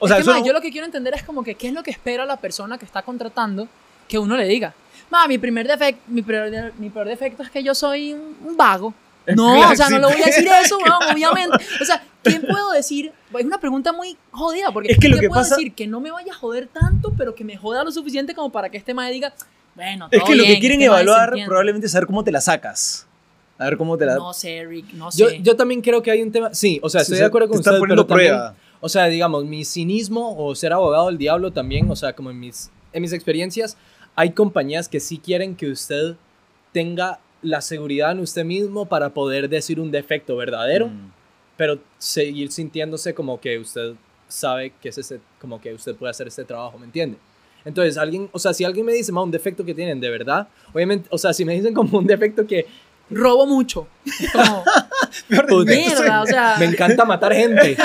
o sea
Es que,
eso
ma,
no-
yo lo que quiero entender es como que qué es lo que espera la persona que está contratando que uno le diga. Ma, mi primer defecto, mi peor, mi peor defecto es que que yo soy un un vago. No,
Claro,
o sea, no
sí.
le voy a decir eso, weón, obviamente. O sea, ¿quién puedo decir? Es una pregunta muy jodida, porque
Es
¿qué
que lo que
puedo
pasa-
decir? Que no me vaya a joder tanto, pero que me joda lo suficiente como para que este mae diga, bueno, todo
es que lo
bien,
que quieren
este mae se
evaluar
entiende.
probablemente es saber cómo te la sacas a ver cómo te la
No sé, Rick, no sé.
Yo, yo también creo que hay un tema... Sí, o sea, estoy
Sí,
de acuerdo
te
con
están
usted,
poniendo
pero también-
prueba
O sea, digamos, mi cinismo o ser abogado del diablo también, o sea, como en mis, en mis experiencias, hay compañías que sí quieren que usted tenga la seguridad en usted mismo para poder decir un defecto verdadero,
Mm.
pero seguir sintiéndose como que usted sabe que es ese, como que usted puede hacer este trabajo, ¿me entiende? Entonces, alguien, o sea, si alguien me dice, ma, un defecto que tienen, de verdad, obviamente, o sea, si me dicen como un defecto que
Robo mucho. Como,
Peor
Puta.
defecto soy-
mierda, o sea.
me encanta matar gente,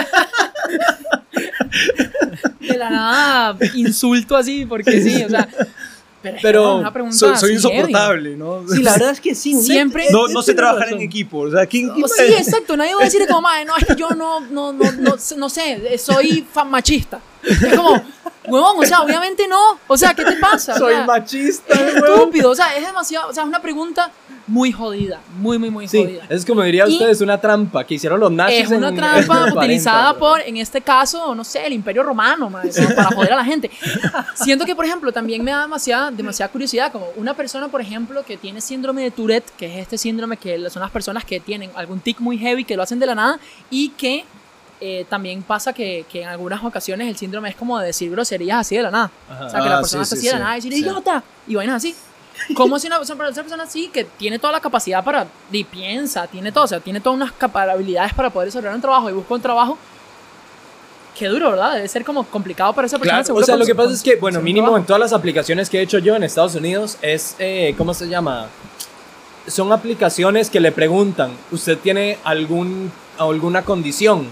de la nada insulto así porque sí, o sea. Pero, es
Pero
como una pregunta
soy, soy
así heavy.
insoportable no
sí, la verdad es que sí, un
Siempre-
defecto-
no, no sé
tiene
trabajar en
razón.
equipo o sea quién, quién
O sí,
puede-
exacto. Nadie va a decir como, madre, no, es que yo no, no, no, no, sé- no sé, soy fan machista. Es como, huevón, o sea, obviamente no. O sea, ¿qué te pasa? O
Soy
sea,
machista,
es
huevón.
estúpido, o sea, es demasiado, o sea, es una pregunta muy jodida, muy, muy, muy
Sí,
jodida.
es como diría
Y-
ustedes, una trampa que hicieron los nazis.
Es una
en-
trampa
en los 40,
utilizada
bro.
por, en este caso, no sé, el Imperio Romano, mae, como para joder a la gente. Siento que, por ejemplo, también me da demasiada, demasiada curiosidad, como una persona, por ejemplo, que tiene síndrome de Tourette, que es este síndrome que son las personas que tienen algún tic muy heavy, que lo hacen de la nada, y que eh, también pasa que, que en algunas ocasiones el síndrome es como de decir groserías así de la nada.
Ajá.
O sea, que la
Ah,
persona está
sí, sí,
así de la
sí,
nada y decir
sí.
idiota y vainas así. ¿Cómo si una persona, para ser persona así que tiene toda la capacidad para, y piensa, tiene todo, o sea, tiene todas unas capa- habilidades para poder desarrollar un trabajo y busca un trabajo? Qué duro, ¿verdad? Debe ser como complicado para esa persona.
Claro,
seguro,
o sea,
con
lo
su-
que pasa
con
es que,
su-
bueno,
con su
mínimo en
trabajo.
todas las aplicaciones que he hecho yo en Estados Unidos es, eh, ¿cómo se llama? Son aplicaciones que le preguntan, ¿usted tiene algún, alguna condición?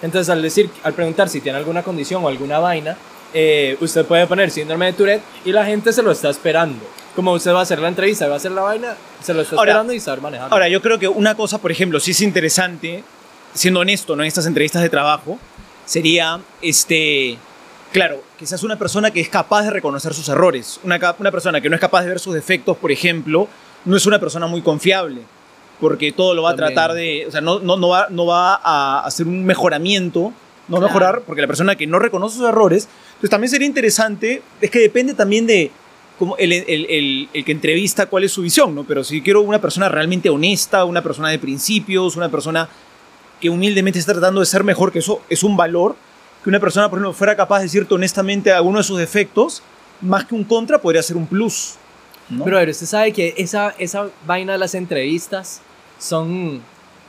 Entonces, al decir, al preguntar si tiene alguna condición o alguna vaina, eh, usted puede poner síndrome de Tourette y la gente se lo está esperando. Como usted va a hacer la entrevista, va a hacer la vaina, se lo está
Ahora-
esperando y sabe manejarlo.
Ahora, yo creo que una cosa, por ejemplo, si es interesante, siendo honesto, ¿no? En estas entrevistas de trabajo, sería, este, claro, que seas una persona que es capaz de reconocer sus errores. Una, cap- una persona que no es capaz de ver sus defectos, por ejemplo, no es una persona muy confiable, porque todo lo va
También.
a tratar de, o sea, no, no, no, va, no va a hacer un mejoramiento, no
Claro.
mejorar, porque la persona que no reconoce sus errores, entonces también sería interesante, es que depende también de como el, el- el- el que entrevista cuál es su visión, ¿no? Pero si quiero una persona realmente honesta, una persona de principios, una persona que humildemente está tratando de ser mejor, que eso es un valor, que una persona, por ejemplo, fuera capaz de decirte honestamente alguno de sus defectos, más que un contra, podría ser un plus. ¿no?
Pero usted sabe que esa, esa vaina de las entrevistas son,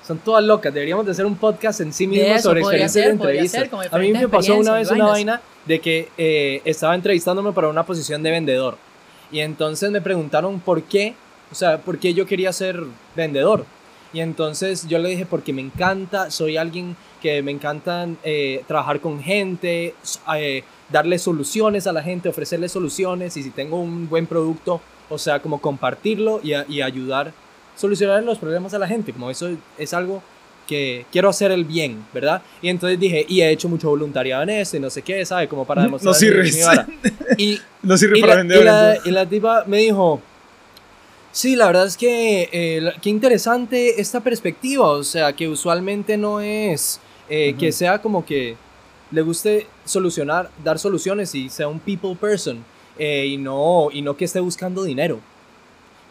son todas locas. Deberíamos de hacer un podcast en sí
De
mismo
eso,
sobre
podría
experiencias
ser,
de
podría
entrevistas.
ser, como
A mí me
diferentes
pasó una vez
experiencias y
una
vainas.
vaina de que eh, estaba entrevistándome para una posición de vendedor. Y entonces me preguntaron por qué, o sea, por qué yo quería ser vendedor. Y entonces yo le dije, porque me encanta, soy alguien que me encanta eh, trabajar con gente, s- eh, darle soluciones a la gente, ofrecerle soluciones y si tengo un buen producto, o sea, como compartirlo y, a- y ayudar, solucionar los problemas a la gente, como eso es algo que quiero hacer el bien, ¿verdad? Y entonces dije, y he hecho mucho voluntariado en eso y no sé qué, ¿sabe? Como para
No
demostrar... mi-
sirves.
mi vara. Y,
no sirve
y
para
la,
vender.
y la-
entonces.
y la tipa me dijo, sí, la verdad es que eh, la- qué interesante esta perspectiva, o sea, que usualmente no es eh, que sea como que le guste solucionar, dar soluciones y sea un people person eh, y, no, y no que esté buscando dinero.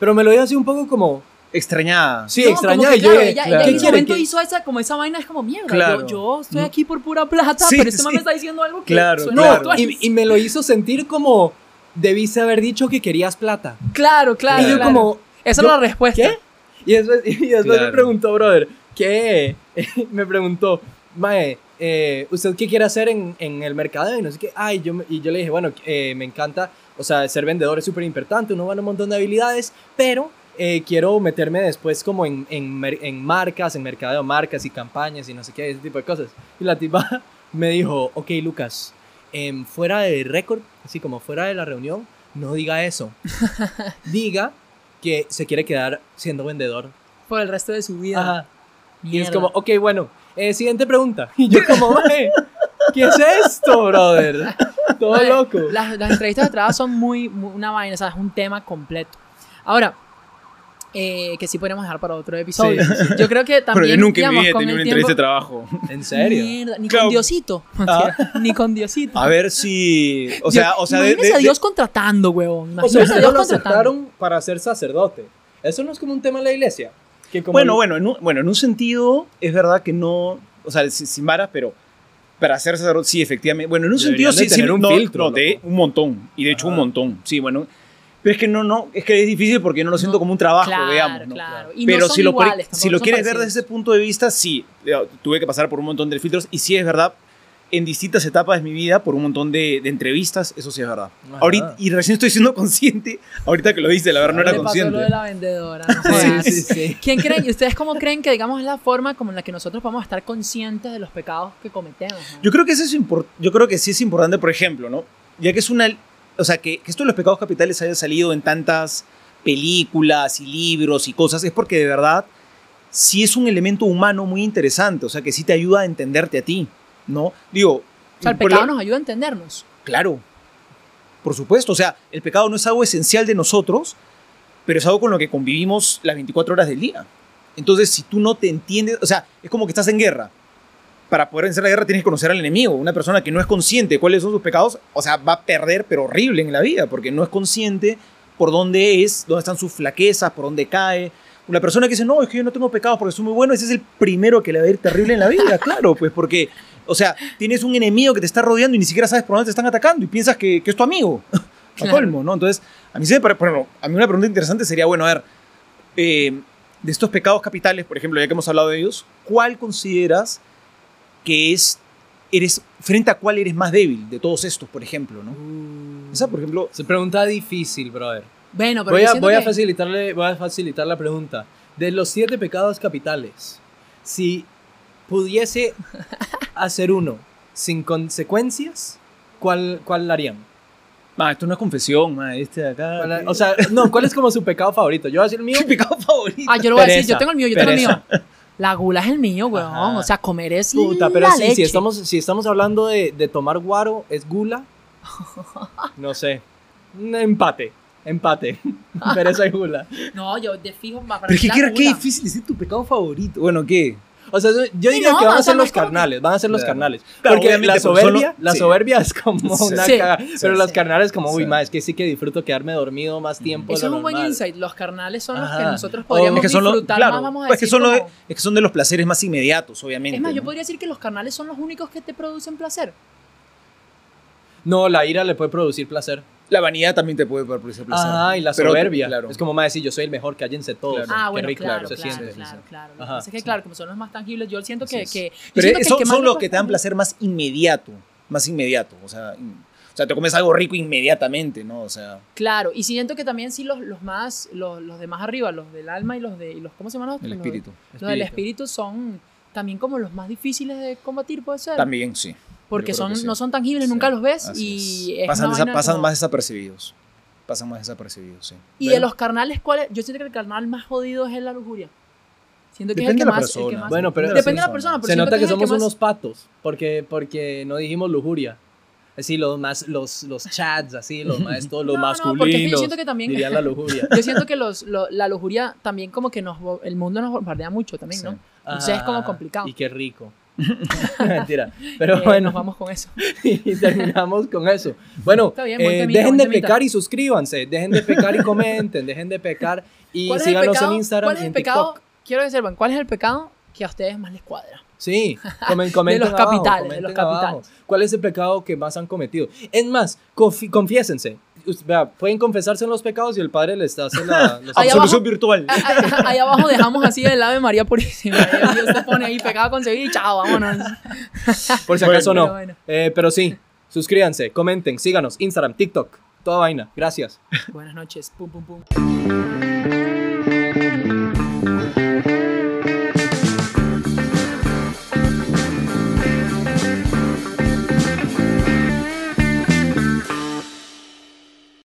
Pero me lo dijo así un poco como,
Extrañada.
sí,
No, como
extrañada.
que,
y yo
claro,
dije,
ella,
¿qué
ella en ese
quiere?
momento
¿Qué-
hizo esa, como esa vaina, es como mierda.
Claro.
Yo, yo estoy aquí por pura plata,
Sí,
pero este
sí.
mame está diciendo algo que
Claro,
suena
No,
actual.
y, y me lo hizo sentir como debiste haber dicho que querías plata.
Claro, claro.
y yo
claro.
como
esa
yo-
era la respuesta.
¿qué? y después, y después me
Claro.
preguntó, brother, ¿qué? me preguntó, mae, eh, ¿usted qué quiere hacer en, en el mercadeo? Y no sé qué. Ay, yo, me- y yo le dije, bueno, eh, me encanta, o sea, ser vendedor es súper importante, uno gana un montón de habilidades, pero eh, quiero meterme después como en, en, mer- en marcas, en mercadeo, marcas y campañas y no sé qué, ese tipo de cosas. Y la tipa me dijo, ok, Lucas, em, fuera de récord, así como fuera de la reunión, no diga eso. Diga que se quiere quedar siendo vendedor.
Por el resto de su vida.
Ajá. Y es
Mierda.
como, ok, bueno, eh, siguiente pregunta. Y yo como, "Mae, ¿qué es esto, brother? Todo
Mae,
loco.
Las, las entrevistas de trabajo son muy, muy- una vaina, o sea, es un tema completo. Ahora, eh, que sí podríamos dejar para otro episodio.
Sí,
Yo creo que también.
Pero yo nunca en mi
digamos,
vida he
con
tenido
el
una
tiempo-
entrevista de trabajo.
¿En serio?
Mierda, ni
Claro.
con Diosito. Mentira, Ni con Diosito.
A ver si. O sea,
Yo-
o sea, de-
imagínese
de-
a Dios contratando, huevón.
O sea,
Imagínese a
ustedes
Dios
lo
contratando.
aceptaron para ser sacerdote. Eso no es como un tema de la iglesia. Que como
Bueno, bueno en, un, bueno, en un sentido, es verdad que no. O sea, sin, sin varas, pero para ser sacerdote, sí, efectivamente. Bueno, en un
Deberían
sentido,
de
sí,
tener
sí,
un
no,
filtro,
no, de
loco.
un montón. Y de hecho, un
Ah.
montón. Sí, bueno. Pero es que no, no. Es que es difícil porque no lo siento
No,
como un trabajo,
claro,
digamos. ¿no?
claro. Y no
Pero
son
si, lo, pre-
iguales,
si
tampoco
lo
son
quieres ver
parecidos.
desde ese punto de vista, sí. Yo Tuve que pasar por un montón de filtros. Y sí, es verdad. En distintas etapas de mi vida, por un montón de, de entrevistas, eso sí es verdad.
Ajá.
Ahorita, y recién estoy siendo consciente, ahorita que lo dice, la verdad no
Claro,
era
Le pasó
consciente.
lo de la vendedora. no jodas.
Sí, sí, sí.
¿Quién creen? ¿Y ustedes cómo creen que, digamos, es la forma como en la que nosotros vamos a estar conscientes de los pecados que cometemos? no?
Yo creo que eso es impor- yo creo que sí es importante, por ejemplo, ¿no? Ya que es una o sea, que, que esto de los pecados capitales haya salido en tantas películas y libros y cosas es porque de verdad sí es un elemento humano muy interesante, o sea, que sí te ayuda a entenderte a ti, ¿no? Digo,
o sea, el
por
pecado
la-
nos ayuda a entendernos.
claro. Por supuesto, o sea, el pecado no es algo esencial de nosotros, pero es algo con lo que convivimos las 24 horas del día. Entonces, si tú no te entiendes, o sea, es como que estás en guerra. Para poder vencer la guerra tienes que conocer al enemigo. Una persona que no es consciente de cuáles son sus pecados, o sea, va a perder, pero horrible en la vida, porque no es consciente por dónde es, dónde están sus flaquezas, por dónde cae. La persona que dice, no, es que yo no tengo pecados porque soy muy bueno, ese es el primero que le va a ir terrible en la vida, claro, pues porque, o sea, tienes un enemigo que te está rodeando y ni siquiera sabes por dónde te están atacando y piensas que, que es tu amigo. A
Claro.
colmo, ¿no? Entonces, a mí, se me pare- por ejemplo, a mí una pregunta interesante sería, bueno, a ver, eh, de estos pecados capitales, por ejemplo, ya que hemos hablado de ellos, ¿cuál consideras que es, eres, frente a cuál eres más débil de todos estos, por ejemplo, ¿no?
Mm.
Esa, por ejemplo,
Se pregunta difícil, brother.
Bueno, pero
Voy
yo
a,
siento
voy a
que-
facilitarle, voy a facilitar la pregunta. De los siete pecados capitales, si pudiese hacer uno sin consecuencias, ¿cuál, cuál harían?
ah, esto no es confesión, ma, este de acá.
¿Cuál ha- o sea, no, ¿cuál es como su pecado favorito? Yo voy a decir el mío.
¿qué pecado favorito?
Ah, yo lo voy a decir,
Pereza,
yo tengo el mío, yo tengo el mío.
pereza.
La gula es el mío, huevón.
Ajá.
O sea, comer es
Puta, pero
la
sí, si
leche.
estamos, si estamos hablando de, de tomar guaro, ¿es gula? No sé. Un Empate, empate. Pereza y gula.
No, yo de fijo más para
Pero es que
mí la
qué, qué
gula.
difícil decir tu pecado favorito. Bueno, ¿qué?
O sea, yo
Sí,
diría
no,
que van
o sea,
a ser
no
los
es como que-
carnales, van a ser los
Claro.
carnales.
Claro,
porque
obviamente,
la
porque son
soberbia,
los-
la
sí.
soberbia es como
Sí.
una
Sí.
cagada. Pero
Sí.
los carnales como, uy,
Sí.
ma, es que sí que disfruto quedarme dormido más tiempo. de
Eso es
lo
un buen
normal.
insight. Los carnales son los que
Ajá.
nosotros
O-
podríamos
Es que son los,
disfrutar
claro,
más, vamos a
pues es
decir.
que son los-
como-
es que son de los placeres más inmediatos, obviamente.
Es más, yo
¿no?
podría decir que los carnales son los únicos que te producen placer.
No, la ira le puede producir placer.
La vanidad también te puede producir placer.
Ajá, y la
Pero-
soberbia.
claro.
Es como, ma, decir, yo soy el mejor, cállense todos.
Claro.
Ah,
Qué
bueno,
rico,
claro,
se
claro,
siente.
claro, claro. Lo que
Ajá,
pasa es que,
sí.
claro, como son los más tangibles, yo siento que...
Así
que- yo
Pero
siento que
eh,
el
son,
que más
son
me
los
cuesta-
que te dan placer más inmediato, más inmediato. O sea, in- o sea, te comes algo rico inmediatamente, ¿no? O sea,
Claro, y siento que también sí los, los más, los, los de más arriba, los del alma y los de, y los, ¿cómo se llaman? los
el
otros? Los-
espíritu.
Los del espíritu son también como los más difíciles de combatir, puede ser.
También, sí.
porque
yo creo
son,
que sí.
no son tangibles,
Sí,
nunca los ves
Así
y
es.
es
pasan
una
desa-
vaina
pasan
como-
más desapercibidos. Pasan más desapercibidos, sí.
Y de
Bueno.
los carnales, ¿cuál es? Yo siento que el carnal más jodido es la lujuria. Siento que
Depende
es
de
el que
la
más... el que
persona.
más-
Bueno, pero-
Depende de la persona, pero
Se
siento
nota que
es el
somos
más-
unos patos, porque, porque no dijimos lujuria. Así, los más, los, los chads, así, los más, todos los
No, no, porque es que yo
masculinos.
siento que también-
Dirían la lujuria.
Yo siento que los, lo- la lujuria también como que nos... bo- El mundo nos bombardea mucho también,
Sí.
¿no? Entonces es como
Ajá,
complicado.
Y qué rico. Mentira. Pero
Eh,
bueno,
Nos vamos con eso.
y terminamos con eso. Bueno,
Está bien, buen
eh,
temita,
dejen
buen
de
temita.
pecar y suscríbanse. Dejen de pecar y comenten. Dejen de pecar y
¿Cuál es el
síganos
pecado-
en Instagram
¿Cuál es
y en
el pecado?
TikTok.
Quiero que sepan, ¿cuál es el pecado que a ustedes más les cuadra?
Sí, comen, comenten
los
abajo,
capitales, de
comenten
los
abajo.
capitales.
¿Cuál es el pecado que más han cometido? Es más, confi- confiésense. Us- vea, pueden confesarse en los pecados y el Padre les hace la... los-
Ahí
Absolución
abajo.
virtual.
Ah, ah, ah, Ahí abajo dejamos así el ave María Purísima. Y Dios te pone ahí pecado conseguir y chao, vámonos.
por si acaso
Bueno,
no.
bueno.
Eh, pero sí, suscríbanse, comenten, síganos. Instagram, TikTok, toda vaina. Gracias.
Buenas noches. Pum, pum, pum.